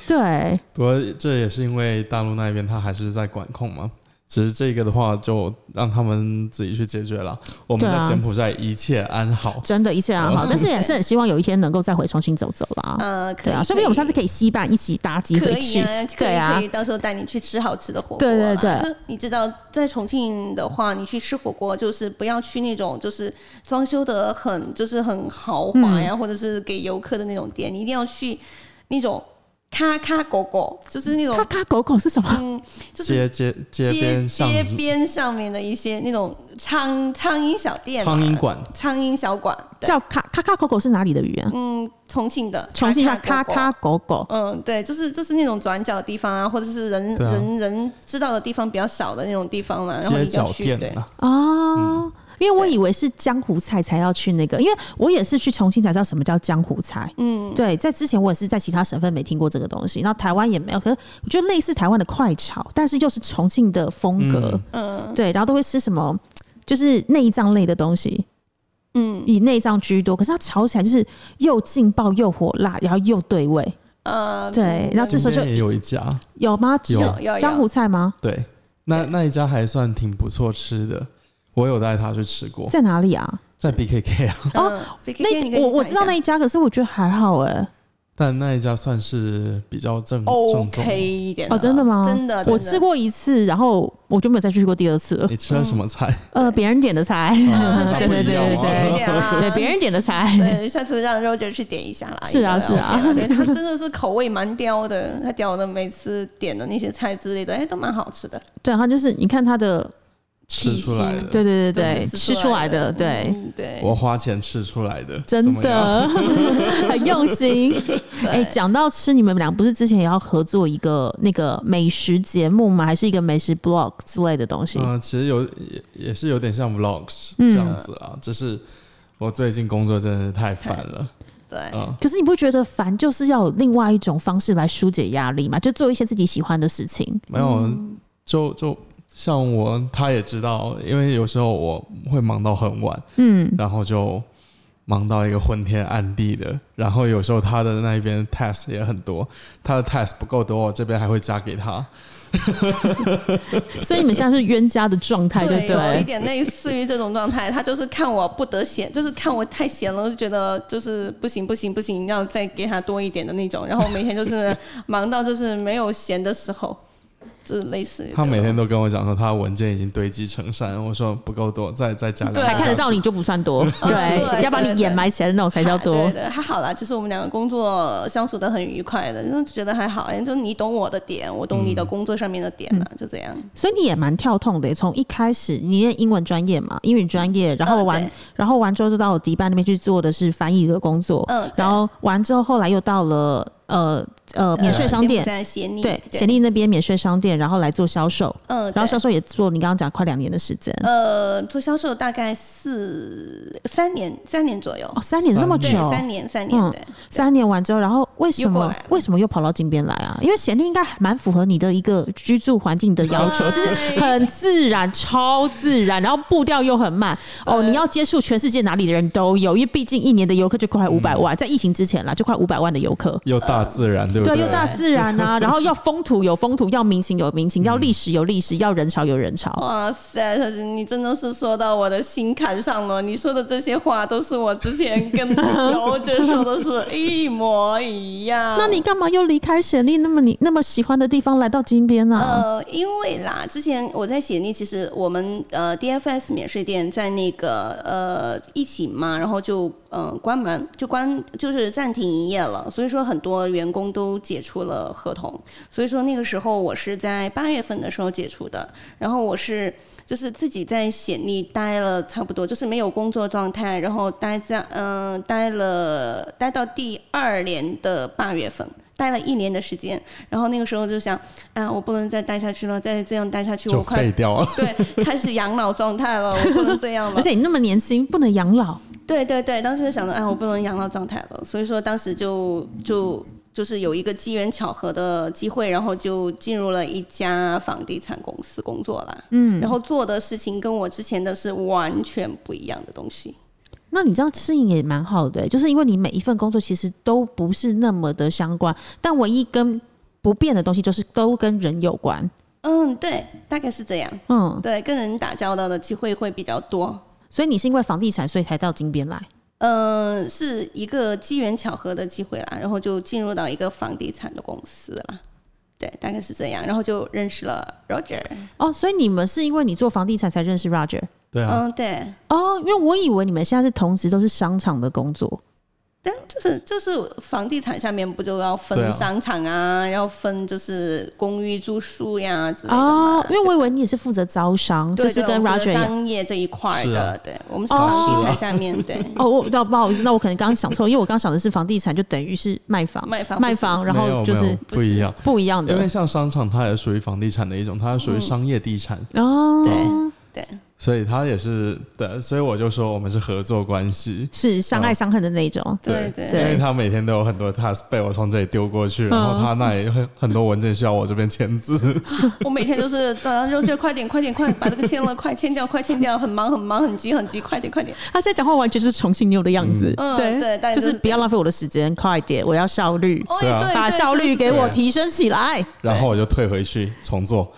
Speaker 1: 对，
Speaker 2: 不过这也是因为大陆那边他还是在管控嘛。只是这个的话，就让他们自己去解决了。我们
Speaker 1: 对啊
Speaker 2: 在柬埔寨一切安好。
Speaker 1: 真的，一切安好，
Speaker 2: 哦
Speaker 1: 但是也是很希望有一天能够再回重庆走走啦。
Speaker 3: 呃，可
Speaker 1: 对啊，
Speaker 3: 以
Speaker 1: 说不定我们下次
Speaker 3: 可
Speaker 1: 可
Speaker 3: 以
Speaker 1: 以西半一起搭机
Speaker 3: 可
Speaker 1: 回
Speaker 3: 以
Speaker 1: 去
Speaker 3: 啊，可以，
Speaker 1: 对啊
Speaker 3: 可以，到时候带你去吃好吃的火锅。啊
Speaker 1: 对对对，
Speaker 3: 就你知道，在重庆的话，你去吃火锅就是不要去那种就是装修的很就是很豪华
Speaker 1: 嗯
Speaker 3: 呀，或者是给游客的那种店，你一定要去那种咔咔狗狗，就是那种
Speaker 1: 咔咔狗狗是什么？
Speaker 3: 嗯，就是
Speaker 2: 街街街
Speaker 3: 街
Speaker 2: 边上
Speaker 3: 街边啊上面的一些那种苍苍蝇小店、啊
Speaker 2: 苍蝇馆，
Speaker 3: 苍蝇小馆，对，
Speaker 1: 叫咔咔咔狗狗是哪里的语言？
Speaker 3: 嗯，重庆的
Speaker 1: 重庆叫咔
Speaker 3: 咔狗狗
Speaker 1: 咔狗狗。
Speaker 3: 嗯，对，就是就是那种转角的地方啊，或者是人、
Speaker 2: 对啊
Speaker 3: 人人知道的地方比较少的那种地方嘛，啊然后
Speaker 2: 街
Speaker 3: 你就
Speaker 2: 角
Speaker 3: 去对
Speaker 2: 店，啊，
Speaker 1: 哦，因为我以为是江湖菜才要去那个，因为我也是去重庆才知道什么叫江湖菜。嗯，对，在之前我也是在其他省份没听过这个东西，然后台湾也没有。可是我觉得类似台湾的快炒，但是又是重庆的风格。
Speaker 3: 嗯
Speaker 1: 对，然后都会吃什么，就是内脏类的东西。嗯，以内脏居多，可是它炒起来就是又劲爆又火辣，然后又对味。
Speaker 3: 呃，
Speaker 1: 对，然后这时
Speaker 2: 这
Speaker 1: 候就
Speaker 2: 边也有一家，
Speaker 1: 有吗？
Speaker 2: 有
Speaker 1: 是
Speaker 3: 有有
Speaker 1: 江湖菜吗？
Speaker 2: 对，那那一家还算挺不错吃的，我有带他去吃过，
Speaker 1: 在哪里啊？
Speaker 2: 在 BKK 啊， [LAUGHS]
Speaker 3: 嗯
Speaker 1: 哦
Speaker 3: ，BKK 你可
Speaker 1: 那
Speaker 3: 以
Speaker 1: 我我
Speaker 3: 去
Speaker 1: 知道那
Speaker 3: 想一
Speaker 1: 一家，可是我觉得还好哎、
Speaker 2: 但那一家算是比较正
Speaker 3: 下
Speaker 2: 正宗。
Speaker 3: OK 一点
Speaker 1: 哦，真的吗？
Speaker 3: 真的，
Speaker 1: 我
Speaker 3: 真的
Speaker 1: 吃。过一次，然后我就没有再去过第二次了。
Speaker 2: 你吃了什么菜？
Speaker 1: 呃，别人点的菜， [LAUGHS]
Speaker 2: 哦
Speaker 1: 对对对对
Speaker 2: 不一样
Speaker 1: 对
Speaker 2: 哦
Speaker 3: 对啊
Speaker 1: 对，别人点的菜，
Speaker 3: 对，下次让 Roger 去点一下啦。
Speaker 1: 是啊
Speaker 3: 应该
Speaker 1: 是啊
Speaker 3: OK 啦对他真的是口味蛮刁的，他刁的每次点的那些菜之类的，哎，都蛮好吃的。
Speaker 1: 对，然后就是你看他的，
Speaker 2: 吃出来的，
Speaker 1: 对对对对
Speaker 3: 都，是
Speaker 1: 吃
Speaker 3: 吃
Speaker 1: 出
Speaker 3: 出
Speaker 1: 来
Speaker 3: 来
Speaker 1: 的，
Speaker 3: 的
Speaker 1: 对，
Speaker 3: 嗯对，
Speaker 2: 我花钱吃出来的，
Speaker 1: 真
Speaker 2: 怎么样。 [LAUGHS]
Speaker 1: 的 [LAUGHS] 很用心。哎，
Speaker 3: [LAUGHS] 对
Speaker 1: 讲到吃，你们俩不是之前也要合作一个那个美食节目吗？还是一个美食 blog 之类的东西？
Speaker 2: 嗯、其实有也也是有点像 vlogs 这样子啊，只是我最近工作真的是太烦了，
Speaker 3: 对，
Speaker 2: 嗯，
Speaker 1: 可是你不觉得烦就是要有另外一种方式来疏解压力吗？就做一些自己喜欢的事情。
Speaker 2: 没有，
Speaker 1: 嗯
Speaker 2: 就就像我，他也知道，因为有时候我会忙到很晚，
Speaker 1: 嗯，
Speaker 2: 然后就忙到一个昏天暗地的。然后有时候他的那一边 task 也很多，他的 task 不够多，我这边还会加给他。
Speaker 3: [LAUGHS]
Speaker 1: 所以你们现在是冤家的状态，对
Speaker 3: 对，
Speaker 1: 不
Speaker 3: 有
Speaker 1: 对？
Speaker 3: 一点类似于这种状态。他就是看我不得闲， [LAUGHS] 就是看我太闲了，就觉得就是不行不行不行，要再给他多一点的那种。然后每天就是忙到就是没有闲的时候，就是类似于这
Speaker 2: 他
Speaker 3: 种
Speaker 2: 每天都跟我讲说，他的文件已经堆积成山。我说不够多，再再加两个
Speaker 3: 对
Speaker 1: 还看得到
Speaker 2: 小时
Speaker 1: 你就不算多，
Speaker 3: [LAUGHS] 对
Speaker 1: 要把
Speaker 3: 对
Speaker 1: 你
Speaker 3: 对
Speaker 1: 掩埋起来的那种才叫多
Speaker 3: 对。的，还好啦。其实我们两个工作相处的很愉快的，就觉得还好。就你懂我的点，我懂你的工作上面的点
Speaker 1: 嗯
Speaker 3: 了，就这样。
Speaker 1: 所以你也蛮跳痛的，从一开始你念英文专业嘛，英语专业，然后
Speaker 3: 嗯
Speaker 1: 完，
Speaker 3: 对
Speaker 1: 然后完之后就到迪拜那边去做的是翻译的工作，
Speaker 3: 嗯对
Speaker 1: 然后完之后后来又到了呃呃免税商店，
Speaker 3: 在咸你
Speaker 1: 对，协力那边免税商店，然后来做销售，
Speaker 3: 嗯，
Speaker 1: 然后
Speaker 3: 对
Speaker 1: 销售也做你刚刚讲快两年的时间，
Speaker 3: 呃做销售大概四三年三年左右，
Speaker 1: 哦，三年这么
Speaker 2: 三
Speaker 1: 久
Speaker 3: 对，，三年三
Speaker 1: 嗯
Speaker 3: 年对。
Speaker 1: 三年完之后，然后为什
Speaker 3: 又过
Speaker 1: 么
Speaker 3: 来了
Speaker 1: 为什么又跑到金边来啊？因为咸力应该还蛮符合你的一个居住环境的要求，
Speaker 3: 对
Speaker 1: 就是很自然，超自然，然后步调又很慢。哦，你要接触全世界哪里的人都有，因为毕竟一年的游客就快五百
Speaker 2: 嗯
Speaker 1: 万，在疫情之前啦，就快五百万的游客。
Speaker 2: 又大自然，对不
Speaker 1: 对，
Speaker 2: 对？
Speaker 1: 又大自然啊，然后要风土有风土，要民情有民
Speaker 2: 嗯
Speaker 1: 情，要历史有历史，要人潮有人潮。
Speaker 3: 哇塞，小新，你真的是说到我的心坎上了。你说的这些话都是我之前跟姚姐说的是一模一样。
Speaker 1: 那你干嘛又离开雪莉那么你那么喜欢的地方，来到金边呢、啊？
Speaker 3: 呃，因为啦，之前我在写那，其实我们呃 DFS 免税店在那个呃疫情嘛，然后就呃关门，就关就是暂停营业了，所以说很多员工都解除了合同，所以说那个时候我是在八月份的时候解除的，然后我是。就是自己在显力待了差不多，就是没有工作状态，然后待在嗯、呃、待了待到第二年的八月份，待了一年的时间。然后那个时候就想，啊，我不能再待下去了，再这样待下去，
Speaker 2: 就
Speaker 3: 我
Speaker 2: 废
Speaker 3: 快
Speaker 1: [LAUGHS]
Speaker 2: 掉了。
Speaker 3: 对开始养老状态了，我不能这样了 [LAUGHS]
Speaker 1: 而。且你那么年轻，不能养老。
Speaker 3: 对对对，当时就想着，哎，我不能养老状态了，所以说当时就就就是有一个机缘巧合的机会，然后就进入了一家房地产公司工作了。嗯，然后做的事情跟我之前的是完全不一样的东西。
Speaker 1: 那你这样适应也蛮好的欸、就是因为你每一份工作其实都不是那么的相关，但唯一跟不变的东西就是都跟人有关。
Speaker 3: 嗯，对，大概是这样。
Speaker 1: 嗯，
Speaker 3: 对，跟人打交道的机会会比较多。
Speaker 1: 所以你是因为房地产，所以才到金边来。
Speaker 3: 嗯，是一个机缘巧合的机会啦，然后就进入到一个房地产的公司啦。对，大概是这样，然后就认识了 Roger。
Speaker 1: 哦，所以你们是因为你做房地产才认识 Roger。
Speaker 2: 对啊，
Speaker 3: 嗯，对，
Speaker 1: 哦，因为我以为你们现在是同时都是商场的工作，
Speaker 3: 但就是就是房地产下面不就要
Speaker 2: 对啊
Speaker 3: 分商场啊，要分就是公寓住宿呀之类的嘛
Speaker 1: 哦，因为我以为你也是负责招商，
Speaker 3: 啊对
Speaker 1: 就是
Speaker 3: 对
Speaker 1: 跟
Speaker 3: 我们负责
Speaker 1: Roger 一样。
Speaker 3: 商业这一块
Speaker 2: 是
Speaker 3: 的，
Speaker 2: 啊
Speaker 3: 对我们是
Speaker 1: 哦
Speaker 3: 房地产下面、对。
Speaker 1: 哦，我那不好意思，那我可能刚刚想
Speaker 3: [LAUGHS]
Speaker 1: 错，因为我刚想的是房地产，就等于是卖房，
Speaker 3: 卖房
Speaker 1: 卖
Speaker 3: 不是
Speaker 1: 房，然
Speaker 2: 没有
Speaker 1: 后就
Speaker 2: 没有
Speaker 1: 是
Speaker 2: 不一样，
Speaker 1: 不一样
Speaker 2: 因为
Speaker 1: 的
Speaker 2: 像商场，它也属于房地产的一种，它
Speaker 1: 嗯
Speaker 2: 属于商业地产，
Speaker 1: 哦，
Speaker 3: 对对，
Speaker 2: 所以它也是对，所以我就说我们是合作关系。
Speaker 1: 是相
Speaker 2: 嗯
Speaker 1: 爱相恨的那种。
Speaker 3: 对
Speaker 2: 对
Speaker 3: 对嗯
Speaker 2: 因为他每天都有很多 task 被我从这里丢过去，然后他那里很很多文件需要我这边签字，
Speaker 3: 我每天就是早上 Roger 快点快点快把这个签了，快签掉快签掉，很忙很忙很急很急，快点快点。
Speaker 1: 他现在讲话完全就是重庆妞的样子，
Speaker 3: 嗯嗯对大概
Speaker 1: 就
Speaker 3: 就是
Speaker 1: 是不要浪费我的时间，快点，我要效率，
Speaker 3: 哦，
Speaker 2: 对啊
Speaker 3: 对，
Speaker 1: 把
Speaker 3: 对
Speaker 1: 效率
Speaker 3: 就是嗯
Speaker 1: 给我
Speaker 2: 对
Speaker 1: 提升起来。
Speaker 2: [LAUGHS] 然后我就退回去重做。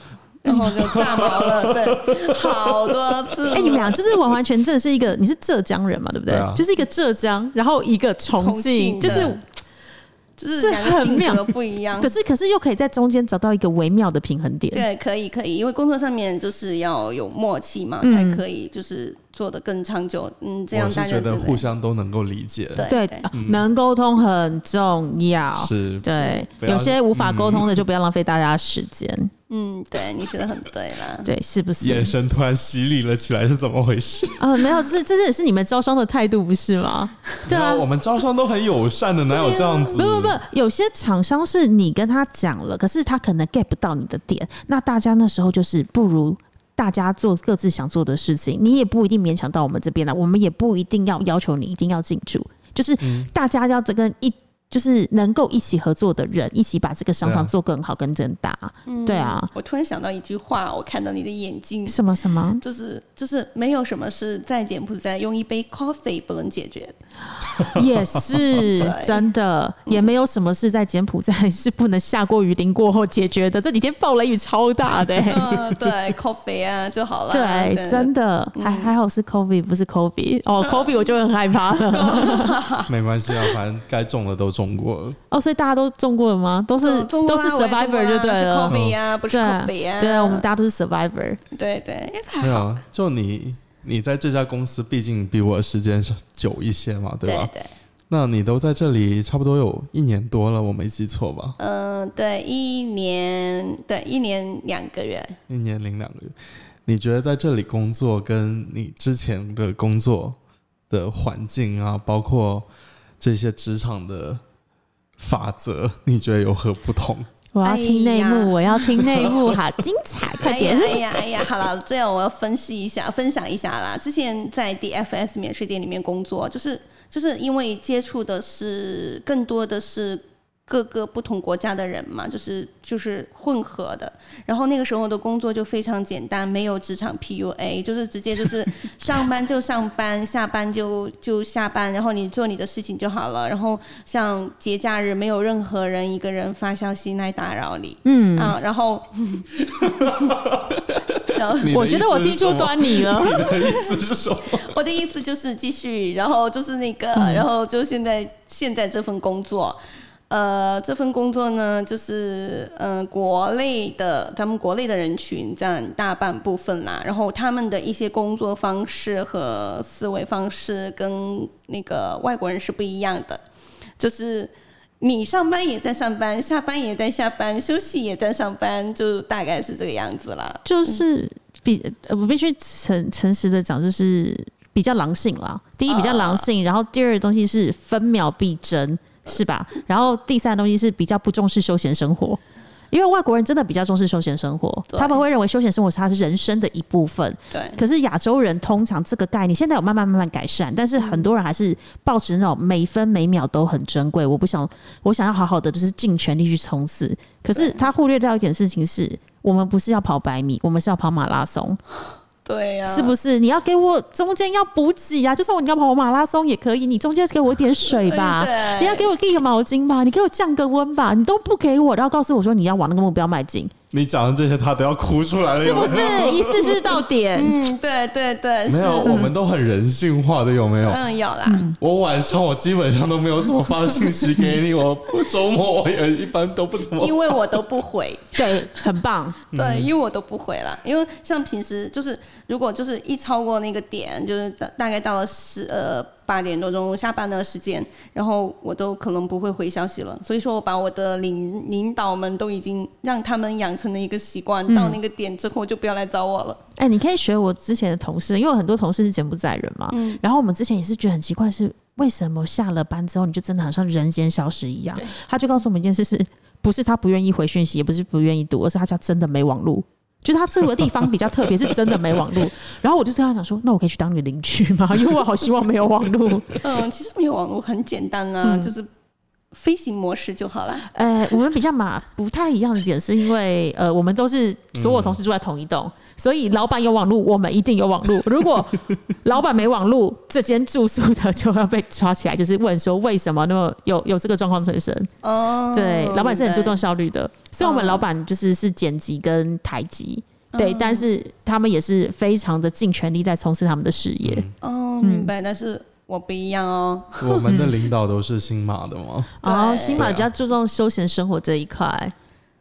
Speaker 3: 然后就炸毛了，对，好多次。
Speaker 1: [LAUGHS] 哎、你们俩就是完完全真的是一个，你是浙江人嘛，对不对？
Speaker 2: 对啊
Speaker 1: 就是一个浙江，然后一个重
Speaker 3: 重
Speaker 1: 庆，
Speaker 3: 庆
Speaker 1: 就
Speaker 3: 的
Speaker 1: 是
Speaker 3: 就是
Speaker 1: 这
Speaker 3: 两个
Speaker 1: 很
Speaker 3: 性
Speaker 1: 妙
Speaker 3: 格不一样
Speaker 1: 可，是可是又可以在中间找到一个微妙的平衡点。
Speaker 3: 对，可以可以，因为工作上面就是要有默契嘛，
Speaker 1: 嗯
Speaker 3: 才可以就是做的更长久。嗯，这
Speaker 2: 我
Speaker 3: 样
Speaker 2: 是
Speaker 3: 大家
Speaker 2: 觉得
Speaker 3: 就
Speaker 2: 互相都能够理解，
Speaker 3: 对
Speaker 1: 对，
Speaker 3: 对
Speaker 1: 啊能沟通很重要。
Speaker 2: 嗯是
Speaker 1: 对，
Speaker 2: 不要
Speaker 1: 有些无法沟通
Speaker 2: 嗯
Speaker 1: 的就不要浪费大家的时间。
Speaker 3: 嗯，对你说的很对啦。 [LAUGHS]
Speaker 1: 对，是不是？
Speaker 2: 眼神突然犀利了起来，是怎么回事？
Speaker 1: 啊、没有，这这也是你们招商的态度，不是吗？对
Speaker 2: 然
Speaker 1: 啊
Speaker 2: 后，我们招商都很友善的，哪有这样子？
Speaker 1: 不
Speaker 3: 啊
Speaker 1: 不不，有些厂商是你跟他讲了，可是他可能 get 不到你的点，那大家那时候就是不如。大家做各自想做的事情，你也不一定勉强到我们这边来，我们也不一定要要求你一定要进驻，就是大家要这跟一就是能够一起合作的人，一起把这个商
Speaker 2: 对啊
Speaker 1: 场做更好、更正大。对啊，
Speaker 3: 我突然想到一句话，我看到你的眼睛，
Speaker 1: 什么什么，
Speaker 3: 就是就是没有什么是在柬埔寨用一杯 coffee 不能
Speaker 1: [LAUGHS]
Speaker 3: 解决的。
Speaker 1: 也是
Speaker 3: 对
Speaker 1: 真的，也没有什么是在柬埔寨是不能下过雨淋过后解决的。这几天暴雷雨超大的、欸。
Speaker 3: 嗯、对，coffee 啊就好了。
Speaker 1: 对，真的还
Speaker 3: 嗯
Speaker 1: 还好是 COVID 不是 COVID 哦，COVID 我就会很害
Speaker 3: [LAUGHS]
Speaker 1: 怕了
Speaker 2: 没关系啊，反正该中的都中过了。
Speaker 1: 哦，所以大家都中过了吗？都是都是 survivor 就对了，
Speaker 3: ，coffee 啊，不是
Speaker 1: 对
Speaker 3: coffee 啊。
Speaker 1: 对啊，我们大家都是 survivor，
Speaker 3: 对对，因为太
Speaker 2: 没有
Speaker 3: 好。
Speaker 2: 啊，就你你在这家公司，毕竟比我的时间是久一些嘛，对啊
Speaker 3: 对
Speaker 2: 吧？
Speaker 3: 对，
Speaker 2: 那你都在这里差不多有一年多了，我没记错吧？
Speaker 3: 嗯、对，一年，对，一年两个月，
Speaker 2: 一年零两个月。你觉得在这里工作跟你之前的工作的环境啊，包括这些职场的法则，你觉得有何不同？
Speaker 1: 我要听内
Speaker 3: 哎呀
Speaker 1: 幕，我要听内幕，好精彩，快点！
Speaker 3: 哎呀哎呀，哎呀好了，这样我要分析一下，分享一下啦。之前在 DFS 免税店里面工作，就是就是因为接触的是更多的是各个不同国家的人嘛，就是就是混合的。然后那个时候的工作就非常简单，没有职场 PUA，就是直接就是上班就上班，下班就就下班，然后你做你的事情就好了。然后像节假日，没有任何人一个人发消息来打扰你。嗯啊，然后。然后
Speaker 2: 你的
Speaker 1: 我觉得我
Speaker 2: 意思
Speaker 1: 听
Speaker 2: 是什
Speaker 1: 出
Speaker 2: 么
Speaker 1: 端倪了。
Speaker 2: 你的意思是什么？
Speaker 3: 我的意思就是继续，然后就是那个，
Speaker 1: 嗯
Speaker 3: 然后就现在现在这份工作，呃，这份工作呢，就是呃国内的咱们国内的人群占大半部分啦，然后他们的一些工作方式和思维方式跟那个外国人是不一样的，就是。你上班也在上班，下班也在下班，休息也在上班，就大概是这个样子啦。
Speaker 1: 就是比呃我必须诚诚实的讲，就是比较狼性啦。第一比较狼性，然后第二东西是分秒必争，是吧？然后第三东西是比较不重视休闲生活。因为外国人真的比较重视休闲生活，
Speaker 3: 对
Speaker 1: 他们会认为休闲生活是他是人生的一部分。
Speaker 3: 对，
Speaker 1: 可是亚洲人通常这个概念现在有慢慢慢慢改善，但是很多人还是抱持那种每分每秒都很珍贵，我不想我想要好好的就是尽全力去冲刺。可是他忽略掉一点事情是，我们不是要跑百米，我们是要跑马拉松，
Speaker 3: 对呀、
Speaker 1: 是不是？你要给我中间要补给啊，就算我你要跑马拉松也可以，你中间给我一点水 [LAUGHS] 吧。
Speaker 3: 对
Speaker 1: 你要给我递个毛巾吧，你给我降个温吧，你都不给我，然后告诉我说你要往那个目标迈进，
Speaker 2: 你讲的这些，他都要哭出来了，
Speaker 1: 是
Speaker 2: 有没
Speaker 1: 不
Speaker 2: 有
Speaker 1: 是？一次是到点，
Speaker 3: 嗯，对对对，是
Speaker 2: 没有，我们都很人性化的，有没
Speaker 1: 哦
Speaker 2: 有？
Speaker 3: 嗯，有啦，
Speaker 2: 我晚上我基本上都没有怎么发信息给你，我周末我也一般都不怎么。
Speaker 3: 因为我都不回，
Speaker 1: [LAUGHS] 对，很棒。
Speaker 3: 对，因为我都不回了，因为像平时就是，如果就是一超过那个点，就是大大概到了十呃八点多钟下班的时间，然后我都可能不会回消息了，所以说我把我的领领导们都已经让他们养成了一个习惯，到那个点之后就不要来找
Speaker 1: [LAUGHS]
Speaker 3: 我了。
Speaker 1: 哎、你可以学我之前的同事，因为我很多同事是柬埔寨人嘛。然后我们之前也是觉得很奇怪，是为什么下了班之后你就真的好像人间消失一样？他就告诉我们一件事是，不是他不愿意回讯息，也不是不愿意读，而是他家真的没网络。就是他住的地方比较特别，是真的没网络。然后我就跟他讲说：“那我可以去当你的邻居吗？因为我好希望没有网络。
Speaker 3: 嗯，其实没有网络很简单啊，就是飞行模式就好了。”
Speaker 1: 呃，我们比较嘛不太一样的点是因为呃，我们都是所有同事住在同一栋，所以老板有网路，我们一定有网路。如果老板没网路，这间住宿的就要被抓起来，就是问说为什么那么有 [LAUGHS] 有这个状况产生？
Speaker 3: 哦，
Speaker 1: 对，呃老板是很注
Speaker 3: 对
Speaker 1: 重效率的，所以我们
Speaker 3: 嗯
Speaker 1: 老板就是是剪辑跟台籍。对，但是他们也是非常的尽全力在从事他们的事业。
Speaker 3: 哦，明白，但是我不一样哦。
Speaker 2: 我们的领导都是新马的吗？
Speaker 1: 然后
Speaker 3: 对
Speaker 1: 新马
Speaker 2: 对啊
Speaker 1: 比较注重休闲生活这一块。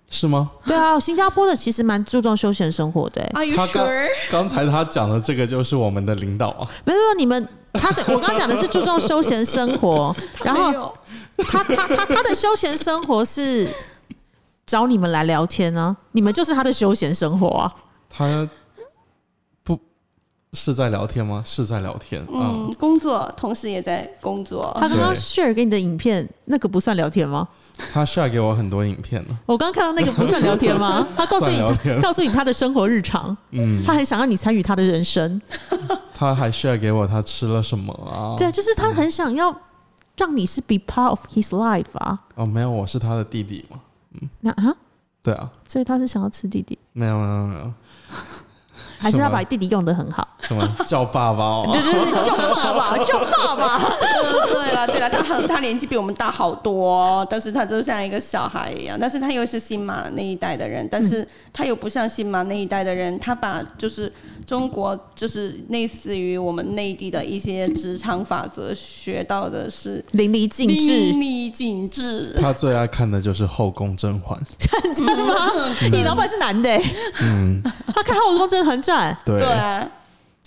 Speaker 2: 是吗？
Speaker 1: 对啊，新加坡的其实蛮注重休闲生活的、欸
Speaker 3: Are you
Speaker 2: 他刚
Speaker 3: sure？
Speaker 2: 刚才他讲的这个就是我们的领导啊，
Speaker 1: 没有没有，你们他是我刚刚讲的是注重休闲生
Speaker 2: [LAUGHS]
Speaker 1: 活，然
Speaker 3: 没
Speaker 1: 后
Speaker 3: 有
Speaker 1: 他他他他的休闲生活是找你们来聊天啊，你们就是他的休闲生活啊。
Speaker 2: 他不是在聊天吗？是在聊天啊、
Speaker 3: 嗯，工作同时也在工作。
Speaker 1: 他刚刚
Speaker 2: 哦对
Speaker 1: share 给你的影片，那个不算聊天吗？
Speaker 2: 他 share 给我很多影片了，
Speaker 1: 我刚刚看到那个不算聊天
Speaker 2: [LAUGHS]
Speaker 1: 吗？他告诉
Speaker 2: 算聊
Speaker 1: 你
Speaker 2: 天
Speaker 1: 告诉你他的生活日常，
Speaker 2: 嗯，
Speaker 1: 他很想让你参与他的人生，
Speaker 2: 他还 share 给我他吃了什么啊？
Speaker 1: 对，就是他很想要。让你是 be part of his life 啊？
Speaker 2: 哦，没有，我是他的弟弟嘛。
Speaker 1: 那啊，
Speaker 2: 对啊，
Speaker 1: 所以他是想要吃弟弟，
Speaker 2: 没有没有没有，
Speaker 1: 还是
Speaker 2: 什
Speaker 1: 他
Speaker 2: 么
Speaker 1: 把弟弟用的很好？
Speaker 2: 什么 [LAUGHS] 叫爸爸哦？
Speaker 1: 对对对，叫爸爸，叫爸爸。
Speaker 3: 对啊了对了，他很他年纪比我们大好多哦，但是他就像一个小孩一样，但是他又是新马那一代的人，但
Speaker 1: 嗯
Speaker 3: 是他又不像新马那一代的人，他把就是中国就是类似于我们内地的一些职场法则学到的是
Speaker 1: 淋漓尽致
Speaker 3: 淋，漓尽致。
Speaker 2: 他最爱看的就是《后宫甄嬛》。
Speaker 1: 真的吗？ [LAUGHS] 你老板是男的、欸，
Speaker 2: 嗯，
Speaker 1: 他看后宫真的很赚，
Speaker 2: 对，
Speaker 3: 对啊，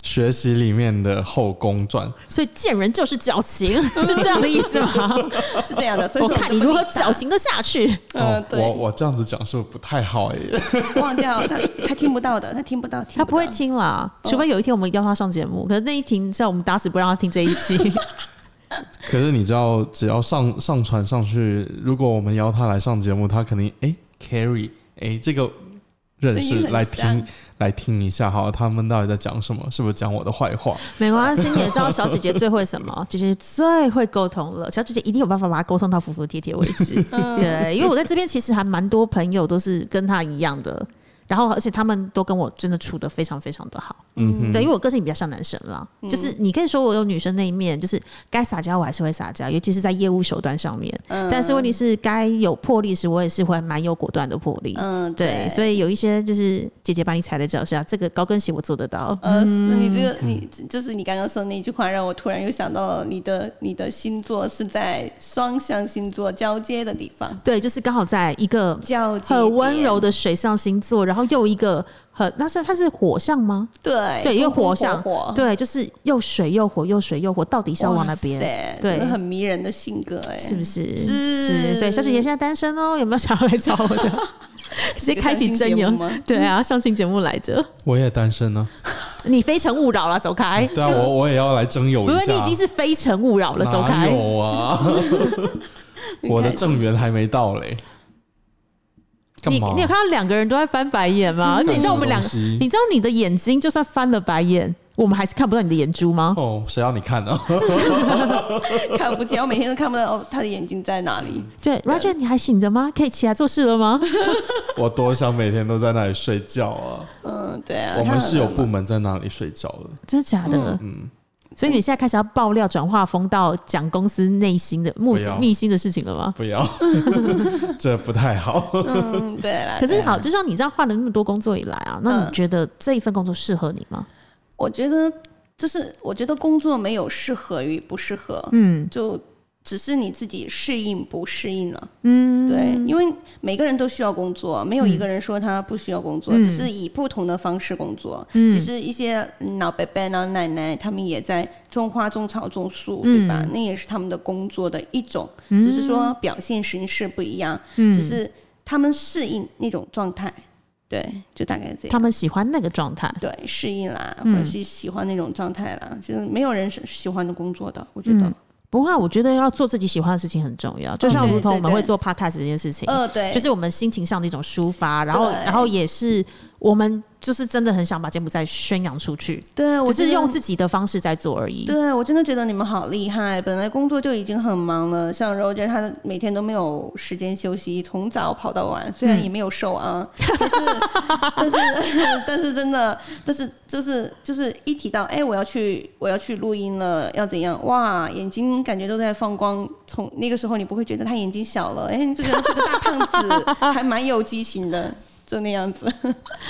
Speaker 2: 学习里面的《后宫传》，
Speaker 1: 所以见人就是矫 [LAUGHS] 情，是这样的意思吗？
Speaker 3: 是这样的，所以
Speaker 1: 我
Speaker 3: 说
Speaker 1: 看你
Speaker 3: 不
Speaker 1: 如何
Speaker 3: 理他
Speaker 1: 矫情的下去。
Speaker 3: 呃
Speaker 2: 哦，
Speaker 3: 对
Speaker 2: 我我这样子讲是不是不太好耶？
Speaker 3: 忘掉他，他听不到的，他听不到，听
Speaker 1: 他不会
Speaker 3: 到
Speaker 1: 听啦，
Speaker 3: 哦
Speaker 1: 除非有一天我们邀他上节目。可是那一瓶叫我们打死不让他听这一期，
Speaker 2: 可是你知道，只要上上传上去，如果我们邀他来上节目，他肯定哎，Carry 哎，这个认
Speaker 3: 声音
Speaker 2: 识
Speaker 3: 很
Speaker 2: 来
Speaker 3: 像
Speaker 2: 听来听一下，好，他们到底在讲什么？是不是讲我的坏
Speaker 1: [LAUGHS]
Speaker 2: 话？
Speaker 1: 没关系。你也知道小姐姐最会什
Speaker 2: [LAUGHS]
Speaker 1: 么？姐姐最会沟通了，小姐姐一定有办法把她沟通到服服帖帖为止。对，因为我在这边其实还蛮多朋友都是跟她一样的，然后而且他们都跟我真的处的非常非常的好。
Speaker 2: 嗯
Speaker 1: 对，
Speaker 2: 哼，
Speaker 1: 因为我个性比较像男生啦，就是你可以说我有女生那一面，就是该撒娇我还是会撒娇，尤其是在业务手段上面。但是问题是，该有魄力时，我也是会蛮有果断的魄力。
Speaker 3: 嗯，
Speaker 1: 对，所以有一些就是姐姐把你踩在脚下，这个高跟鞋我做得到。
Speaker 3: 呃，
Speaker 1: 嗯
Speaker 3: 你这个你就是你刚刚说的那句话，让我突然又想到了你的你的星座是在双向星座交接的地方，
Speaker 1: 对，就是刚好在一个
Speaker 3: 交接
Speaker 1: 很温柔
Speaker 3: 的，
Speaker 1: 的水象星座，然后又一个很，那是它是火象吗？
Speaker 3: 对
Speaker 1: 对因为
Speaker 3: 风
Speaker 1: 火
Speaker 3: 风
Speaker 1: 象
Speaker 3: 火火，
Speaker 1: 对，就是又水又火，又水又火，到底是要往哪边？
Speaker 3: 边
Speaker 1: 对
Speaker 3: 很迷人的性格哎，
Speaker 1: 是不是？
Speaker 3: 是
Speaker 1: 所以小姐姐现在单身哦，有没有想要来找我 [LAUGHS] 的？直接开启真
Speaker 3: 有
Speaker 1: 言，
Speaker 3: 吗？
Speaker 1: 对啊，相亲节目来着，
Speaker 2: 我也单身呢、
Speaker 1: 你非诚勿扰了，走开。
Speaker 2: 对啊，
Speaker 1: [LAUGHS]
Speaker 2: 我我也要来征友
Speaker 1: 不
Speaker 2: 一
Speaker 1: 是，
Speaker 2: 下。
Speaker 1: 你已经是非诚勿扰了，走
Speaker 2: 哪
Speaker 1: 开。
Speaker 2: 有
Speaker 1: [LAUGHS]
Speaker 2: 啊，我的正缘还没到嘞。干
Speaker 1: 你
Speaker 2: 嘛？
Speaker 1: 你有看到两个人都在翻白眼吗？而且你知道我们两个
Speaker 2: 干什么东西
Speaker 1: 你知道你的眼睛就算翻了白眼，我们还是看不到你的眼珠吗？
Speaker 2: 哦，谁要你看呢、 [LAUGHS] 啊？
Speaker 3: 看不见，我每天都看不到哦，他的眼睛在哪里？
Speaker 1: 对，Roger，你还醒着吗？可以起来做事了
Speaker 3: [LAUGHS]
Speaker 1: 吗？
Speaker 2: 我多想每天都在那里睡觉啊！
Speaker 3: 嗯，对啊，
Speaker 2: 我
Speaker 3: 他
Speaker 2: 们是有
Speaker 3: 很
Speaker 2: 部门在那里睡觉的。
Speaker 1: 真的假
Speaker 3: 嗯
Speaker 1: 的？
Speaker 2: 嗯
Speaker 1: 所以你现在开始要爆料转化风到讲公司内心的目
Speaker 2: 不要
Speaker 1: 秘辛的事情了吗？
Speaker 2: 不要， [LAUGHS] 这不太好。
Speaker 3: 嗯，对啦。
Speaker 1: 可
Speaker 3: 对
Speaker 1: 是
Speaker 3: 啦
Speaker 1: 好，就像你这样换了那么多工作以来啊，那你
Speaker 3: 嗯
Speaker 1: 觉得这一份工作适合你吗？
Speaker 3: 我觉得就是，我觉得工作没有适合与不适合，
Speaker 1: 嗯
Speaker 3: 就只是你自己适应不适应了。
Speaker 1: 嗯，
Speaker 3: 对，因为每个人都需要工作，没有一个人说他不需要工作，
Speaker 1: 嗯
Speaker 3: 只是以不同的方式工作。
Speaker 1: 嗯
Speaker 3: 只是一些老伯伯、老奶奶，他们也在种花、种草、种树，
Speaker 1: 嗯
Speaker 3: 对吧？那也是他们的工作的一种，只是说表现形式不一样，
Speaker 1: 嗯
Speaker 3: 只是他们适应那种状态。对，就大概这样。
Speaker 1: 他们喜欢那个状态。
Speaker 3: 对，适应啦，或
Speaker 1: 嗯
Speaker 3: 者是喜欢那种状态啦，其实没有人是喜欢的工作的，我觉得。
Speaker 1: 嗯不过啊我觉得要做自己喜欢的事情很重要，就像
Speaker 3: 嗯对
Speaker 1: 如同我们
Speaker 3: 对
Speaker 1: 会
Speaker 3: 对
Speaker 1: 做 podcast 这件事情，
Speaker 3: 呃，对，
Speaker 1: 就是我们心情上的一种抒发，然后
Speaker 3: 对
Speaker 1: 然后也是我们就是真的很想把柬埔寨宣扬出去，
Speaker 3: 对，我
Speaker 1: 只是
Speaker 3: 觉得
Speaker 1: 用自己的方式在做而已。
Speaker 3: 对我真的觉得你们好厉害，本来工作就已经很忙了，像 Roger 他每天都没有时间休息，从早跑到晚，虽然也没有瘦啊，但是但是但是 [LAUGHS] 真的，但是就是就是一提到哎我要去我要去录音了，要怎样哇，眼睛感觉都在放光，从那个时候你不会觉得他眼睛小了，哎这个这个大胖子还蛮有激情的。就那样子，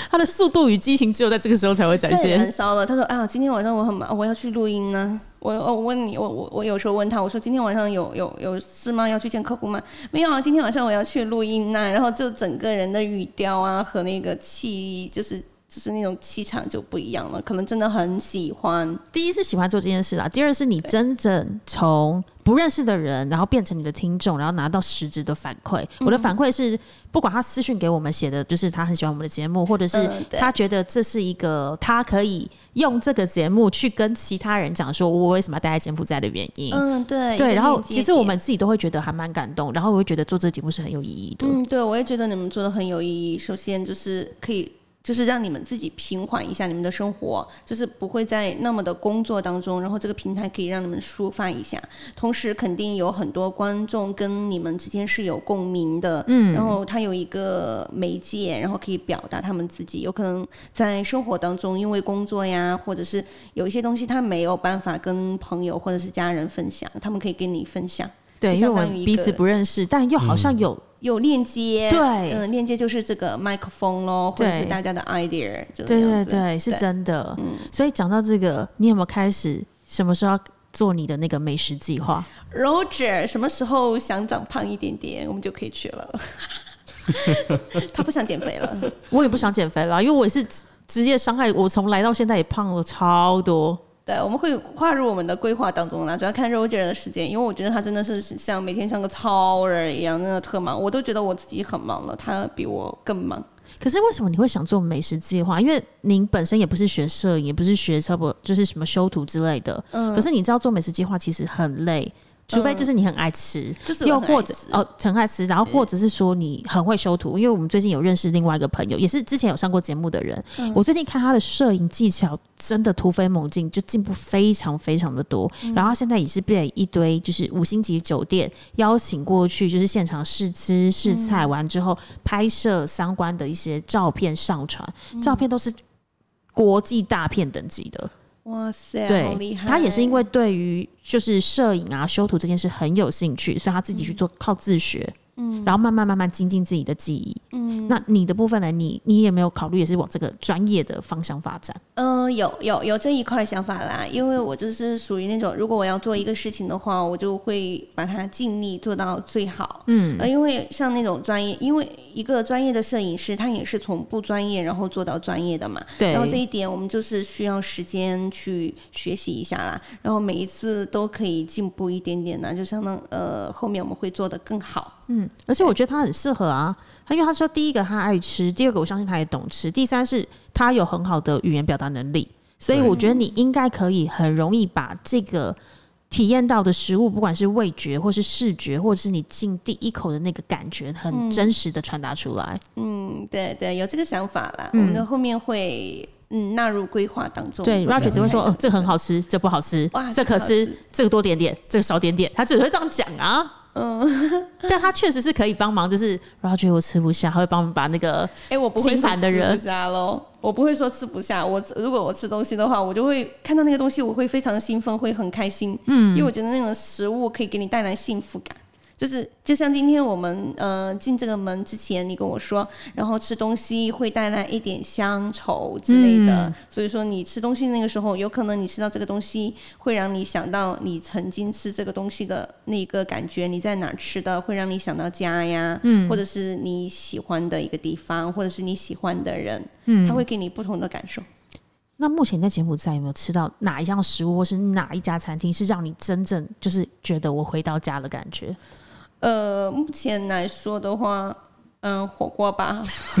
Speaker 1: 他的速度与激情只有在这个时候才会展
Speaker 3: 对，
Speaker 1: 现
Speaker 3: 燃。烧了。他说啊，今天晚上我很忙，我要去录音呢、我哦我我问你，我我我有时候问他，我说今天晚上有有有事吗？要去见客户吗？没有啊，今天晚上我要去录音呐、然后就整个人的语调啊和那个气，就是就是那种气场就不一样了。可能真的很喜欢，
Speaker 1: 第一是喜欢做这件事啦，第二是你真正从不认识的人，然后变成你的听众，然后拿到实质的反馈。我的反馈是，不管他私讯给我们写的，就是他很喜欢我们的节目，或者是
Speaker 3: 嗯对
Speaker 1: 他觉得这是一个他可以用这个节目去跟其他人讲，说我为什么要待在柬埔寨的原因。
Speaker 3: 嗯，对一
Speaker 1: 对，
Speaker 3: 个
Speaker 1: 然后
Speaker 3: 连接
Speaker 1: 其实我
Speaker 3: 点
Speaker 1: 们自己都会觉得还蛮感动，
Speaker 3: 嗯
Speaker 1: 然后我会觉得做这个节目是很有意义的。
Speaker 3: 嗯，对，我也觉得你们做的很有意义。首先就是可以就是让你们自己平缓一下你们的生活，就是不会在那么的工作当中，然后这个平台可以让你们抒发一下。同时，肯定有很多观众跟你们之间是有共鸣的，嗯，然后他有一个媒介，然后可以表达他们自己。有可能在生活当中，因为工作呀，或者是有一些东西他没有办法跟朋友或者是家人分享，他们可以跟你分享，
Speaker 1: 对，
Speaker 3: 就
Speaker 1: 因为
Speaker 3: 相
Speaker 1: 我
Speaker 3: 当于
Speaker 1: 们
Speaker 3: 一
Speaker 1: 彼
Speaker 3: 个
Speaker 1: 此不认识，但又好像有
Speaker 3: 有链接，
Speaker 1: 对
Speaker 3: 嗯、链接就是这个麦克风咯，或者是
Speaker 1: 对
Speaker 3: 大家的 idea，就这
Speaker 1: 对
Speaker 3: 样
Speaker 1: 对
Speaker 3: 子
Speaker 1: 对，是
Speaker 3: 对嗯
Speaker 1: 真的。所以讲到这个，你有没有开始什么时候要做你的那个美食计划？
Speaker 3: Roger 什么时候想长胖一点点，我们就可以去
Speaker 1: [LAUGHS]
Speaker 3: 了。他不想减肥了，
Speaker 1: 我也不想减肥啦，因为我也是职业伤害，我从来到现在也胖了超多。
Speaker 3: 对，我们会划入我们的规划当中啦。主要看 Roger 的时间，因为我觉得他真的是像每天像个超人一样，真的特忙。我都觉得我自己很忙了，他比我更忙。
Speaker 1: 可是为什么你会想做美食计划？因为您本身也不是学摄影，也不是学差不多就是什么修图之类的。
Speaker 3: 嗯
Speaker 1: 可是你知道做美食计划其实很累，除非就是你很爱吃，
Speaker 3: 就是我
Speaker 1: 又
Speaker 3: 很爱
Speaker 1: 或者
Speaker 3: 吃
Speaker 1: 哦很爱吃，然后或者是说你很会修图。因为我们最近有认识另外一个朋友，也是之前有上过节目的人，
Speaker 3: 嗯
Speaker 1: 我最近看他的摄影技巧真的突飞猛进，就进步非常非常的多。
Speaker 3: 嗯
Speaker 1: 然后他现在也是被一堆就是五星级酒店邀请过去，就是现场试吃试菜
Speaker 3: 嗯
Speaker 1: 完之后，拍摄相关的一些照片上传，照片都是国际大片等级的。
Speaker 3: 哇塞，啊好厉
Speaker 1: 对
Speaker 3: 害！，
Speaker 1: 他也是因为对于就是摄影啊、修图这件事很有兴趣，所以他自己去做靠自学，嗯，然后慢慢慢慢精进自己的技艺，嗯。那你的部分呢？你你也没有考虑，也是往这个专业的方向发展，
Speaker 3: 嗯，有有有这一块想法啦，因为我就是属于那种，如果我要做一个事情的话，我就会把它尽力做到最好。嗯，呃，因为像那种专业，因为一个专业的摄影师，他也是从不专业然后做到专业的嘛。
Speaker 1: 对
Speaker 3: 然后这一点我们就是需要时间去学习一下啦，然后每一次都可以进步一点点呢，就相当呃后面我们会做得更好。
Speaker 1: 嗯。而且我觉得他很适合啊，他因为他说第一个他爱吃，第二个我相信他也懂吃，第三是他有很好的语言表达能力，所以
Speaker 2: 对
Speaker 1: 我觉得你应该可以很容易把这个。体验到的食物，不管是味觉，或是视觉，或者是你进第一口的那个感觉，很真实的传达出来。
Speaker 3: 嗯，对对，有这个想法啦，我们的后面会嗯纳入规划当中。
Speaker 1: 嗯对，Roger 只会说，哦、这个很
Speaker 3: 好。
Speaker 1: 好吃，这不好吃，
Speaker 3: 哇
Speaker 1: 这
Speaker 3: 这
Speaker 1: 可
Speaker 3: 个好吃
Speaker 1: 吃，这个多点点，这个少点点，他只会这样讲啊。嗯，但他确实是可以帮忙，就是 Roger 我吃不下，他会帮我们把那个
Speaker 3: 哎、我不会
Speaker 1: 心
Speaker 3: 说
Speaker 1: 烦的人
Speaker 3: 吃不下喽，我不会说吃不下。我如果我吃东西的话，我就会看到那个东西，我会非常兴奋，会很开心。嗯，因为我觉得那种食物可以给你带来幸福感。就是就像今天我们呃进这个门之前，你跟我说，然后吃东西会带来一点乡愁之类的，
Speaker 1: 嗯
Speaker 3: 所以说你吃东西那个时候，有可能你吃到这个东西，会让你想到你曾经吃这个东西的那个感觉，你在哪儿吃的，会让你想到家呀，嗯，或者是你喜欢的一个地方，或者是你喜欢的人，嗯，他会给你不同的感受。
Speaker 1: 那目前你在柬埔寨有没有吃到哪一样食物，或是哪一家餐厅是让你真正就是觉得我回到家的感 [LAUGHS] 觉？
Speaker 3: 呃，目前来说的话，嗯，火锅吧，
Speaker 1: 哎，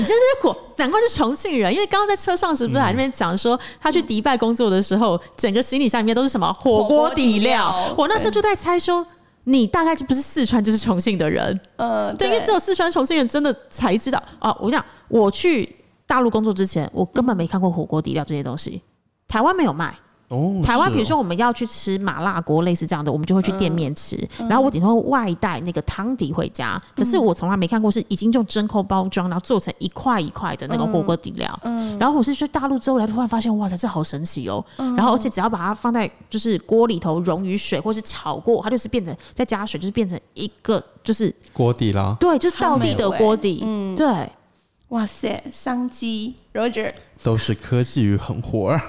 Speaker 1: 你真是果，难怪是重庆人，因为刚刚在车上是不是还在那边讲说，他去迪拜工作的时候，整个行李箱里面都是什么火
Speaker 3: 火锅
Speaker 1: 锅底
Speaker 3: 底
Speaker 1: 料
Speaker 3: 料？
Speaker 1: 我那时候就在猜说，你大概就不是四川就是重庆的人。
Speaker 3: 呃，
Speaker 1: 对，因为只有四川重庆人真的才知道哦。我讲，我去大陆工作之前，我根本没看过火锅底料这些东西，台湾没有卖。
Speaker 2: 哦，
Speaker 1: 台湾
Speaker 2: 是哦
Speaker 1: 比如说我们要去吃麻辣锅，类似这样的，我们就会去店面吃。
Speaker 2: 嗯
Speaker 1: 然后我顶多外带那个汤底回家，可是我从来没看过是已经用真空包装，然后做成一块一块的那个火锅底料。
Speaker 2: 嗯
Speaker 1: 然后我是去大陆之后，才突然发现，哇塞，这好神奇哦！然后而且只要把它放在就是锅里头溶于水，或是炒过，它就是变成再加水，就是变成一个就是
Speaker 2: 锅底啦，
Speaker 1: 对，就是道地的锅底。嗯，
Speaker 2: [LAUGHS]
Speaker 1: 对，
Speaker 3: 哇塞，商机，Roger，
Speaker 2: 都是科技与狠活儿。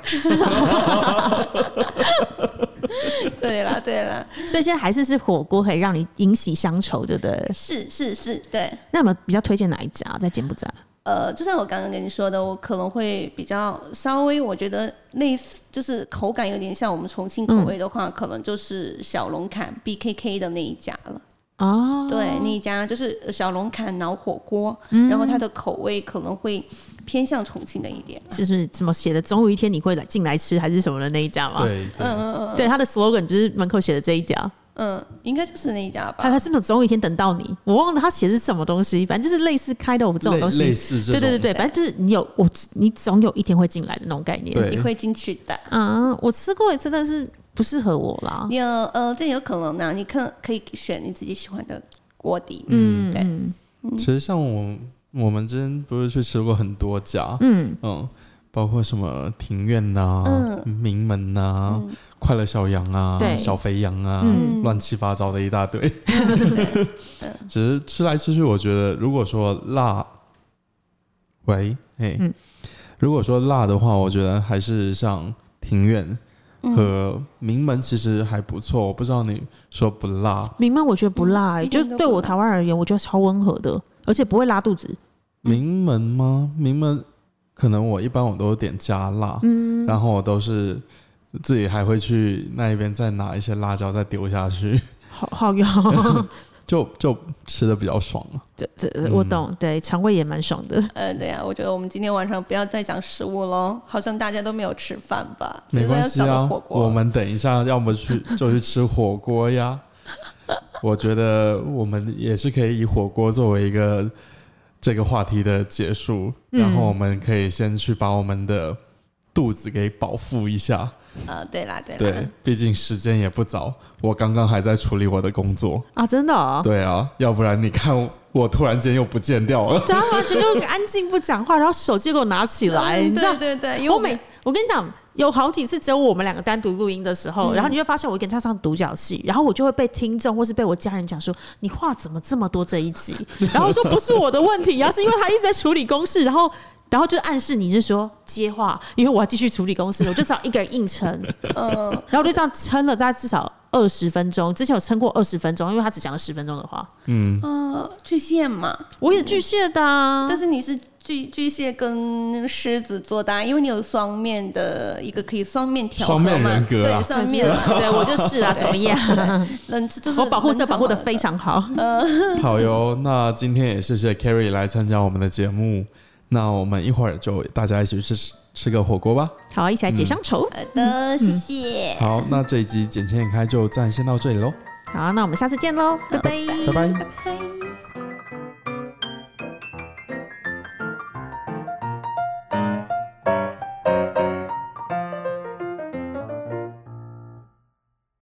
Speaker 3: [LAUGHS] 对啦，对啦，
Speaker 1: 所以现在还是是火锅可以让你引起乡愁，对不对？
Speaker 3: 是是是，对。
Speaker 1: 那有没有比较推荐哪一家在柬埔寨？
Speaker 3: 呃，就像我刚刚跟你说的，我可能会比较稍微，我觉得类似就是口感有点像我们重庆口味的话，可能就是小龙坎 BKK 的那一家了。
Speaker 1: 哦，
Speaker 3: 对，那一家就是小龙坎脑火锅，然后它的口味可能会偏向重庆的一点。
Speaker 1: 就是什么写的，总有一天你会来进来吃，还是什么的那一家吗？
Speaker 2: 对，对
Speaker 1: 嗯对，他的 slogan 就是门口写的这一家。
Speaker 3: 嗯，应该就是那一家吧
Speaker 1: 还。还是不是总有一天等到你？我忘了他写的是什么东西，反正就是类似开的我们这种
Speaker 2: 类
Speaker 1: 东
Speaker 2: 类
Speaker 1: 西。
Speaker 2: 似这
Speaker 1: 对
Speaker 2: 种，
Speaker 1: 对对对，反正就是你有我，你总有一天会进来的那种概念。
Speaker 2: 对
Speaker 3: 你会进去的。
Speaker 1: 啊，我吃过一次，但是不适合我啦。
Speaker 3: 有呃，这有可能呢、你可可以选你自己喜欢的锅底。
Speaker 1: 嗯，
Speaker 3: 对
Speaker 1: 嗯
Speaker 2: 其实像我们我们之前不是去吃过很多家，
Speaker 1: 嗯，
Speaker 2: 嗯，包括什么庭院呐、名门呐、快乐小羊啊
Speaker 1: 嗯对、
Speaker 2: 小肥羊啊，
Speaker 1: 嗯
Speaker 2: 乱七八糟的一大堆。 [LAUGHS] 只是吃来吃去，我觉得如果说辣，喂，哎、
Speaker 1: 嗯
Speaker 2: 如果说辣的话，我觉得还是像庭院
Speaker 1: 嗯
Speaker 2: 和名门其实还不错。我不知道你说不辣，
Speaker 1: 明白，我觉得不辣、
Speaker 3: 嗯
Speaker 1: 欸，
Speaker 3: 一
Speaker 1: 就
Speaker 3: 点都不
Speaker 1: 对我
Speaker 3: 辣
Speaker 1: 台湾而言，我觉得超温和的，而且不会拉肚
Speaker 2: [LAUGHS]
Speaker 1: 子。嗯
Speaker 2: 名门吗？名门可能我一般我都点加辣，
Speaker 1: 嗯，
Speaker 2: 然后我都是自己还会去那一边再拿一些辣椒再丢下去， [LAUGHS]
Speaker 1: 好好 [LAUGHS] 用，
Speaker 2: 就就吃的比较爽啊了。
Speaker 1: 这这这我懂，对，肠胃也蛮爽的。
Speaker 3: 呃，对呀、我觉得我们今天晚上不要再讲食物喽，好像大家都没有吃饭吧？
Speaker 2: 没关系
Speaker 3: 就是要
Speaker 2: 啊
Speaker 3: 找个火，锅
Speaker 2: 我们等一下要么
Speaker 3: [LAUGHS]
Speaker 2: 去就去吃火锅呀。我觉得我们也是可以以火锅作为一个这个话题的结束，
Speaker 1: 嗯
Speaker 2: 然后我们可以先去把我们的肚子给饱腹一下。
Speaker 3: 呃，对啦，对啦，
Speaker 2: 对，毕竟时间也不早，我刚刚还在处理我的工作。
Speaker 1: 啊，真的、哦，
Speaker 2: 对啊，要不然你看我突然间又不见掉了。
Speaker 1: 他完全就安静不讲话，然后手机给我拿起来，
Speaker 3: 嗯
Speaker 1: 你知道
Speaker 3: 对，对对，因为
Speaker 1: 我
Speaker 3: 我们
Speaker 1: 每我跟你讲，有好几次只有我们两个单独录音的时
Speaker 3: 嗯
Speaker 1: 候，然后你会发现我跟他上独角戏，然后我就会被听众或是被我家人讲说你话怎么这么多这一集， [LAUGHS] 然后我说不是我的问题，然后是因为他一直在处理公事，然后。然后就暗示你是说接话，因为我要继续处理公事，我就只好一个人硬撑，
Speaker 3: [LAUGHS] 嗯、
Speaker 1: 然后我就这样撑了大概至少二十分钟。之前有撑过二十分钟，因为他只讲了十分钟的话，
Speaker 2: 嗯，
Speaker 3: 呃，巨蟹嘛，
Speaker 1: 我也巨蟹的、啊，
Speaker 3: 但是你是巨巨蟹跟狮子座的啊、因为你有双面的一个可以双面调和
Speaker 2: 双
Speaker 3: 嘛，
Speaker 2: 面人格啊
Speaker 3: 对，双面嘛，
Speaker 1: [LAUGHS] 对我就是啊，
Speaker 3: [LAUGHS] 对
Speaker 1: 怎么样？
Speaker 3: 人就是
Speaker 1: 我保护色
Speaker 3: 人
Speaker 1: 保护的
Speaker 3: 常
Speaker 1: 非常好，
Speaker 2: 好哟，那今天也谢谢 Carrie 来参加我们的节目，那我们一会儿就大家一起去吃吃个火锅吧。
Speaker 1: 好，一起来解乡愁。
Speaker 3: 好呃的，
Speaker 1: 嗯
Speaker 3: 谢谢。
Speaker 2: 好，那这一集简简开就暂时先到这里喽，
Speaker 1: 好，那我们下次见喽，拜拜
Speaker 2: 拜拜。
Speaker 3: 拜拜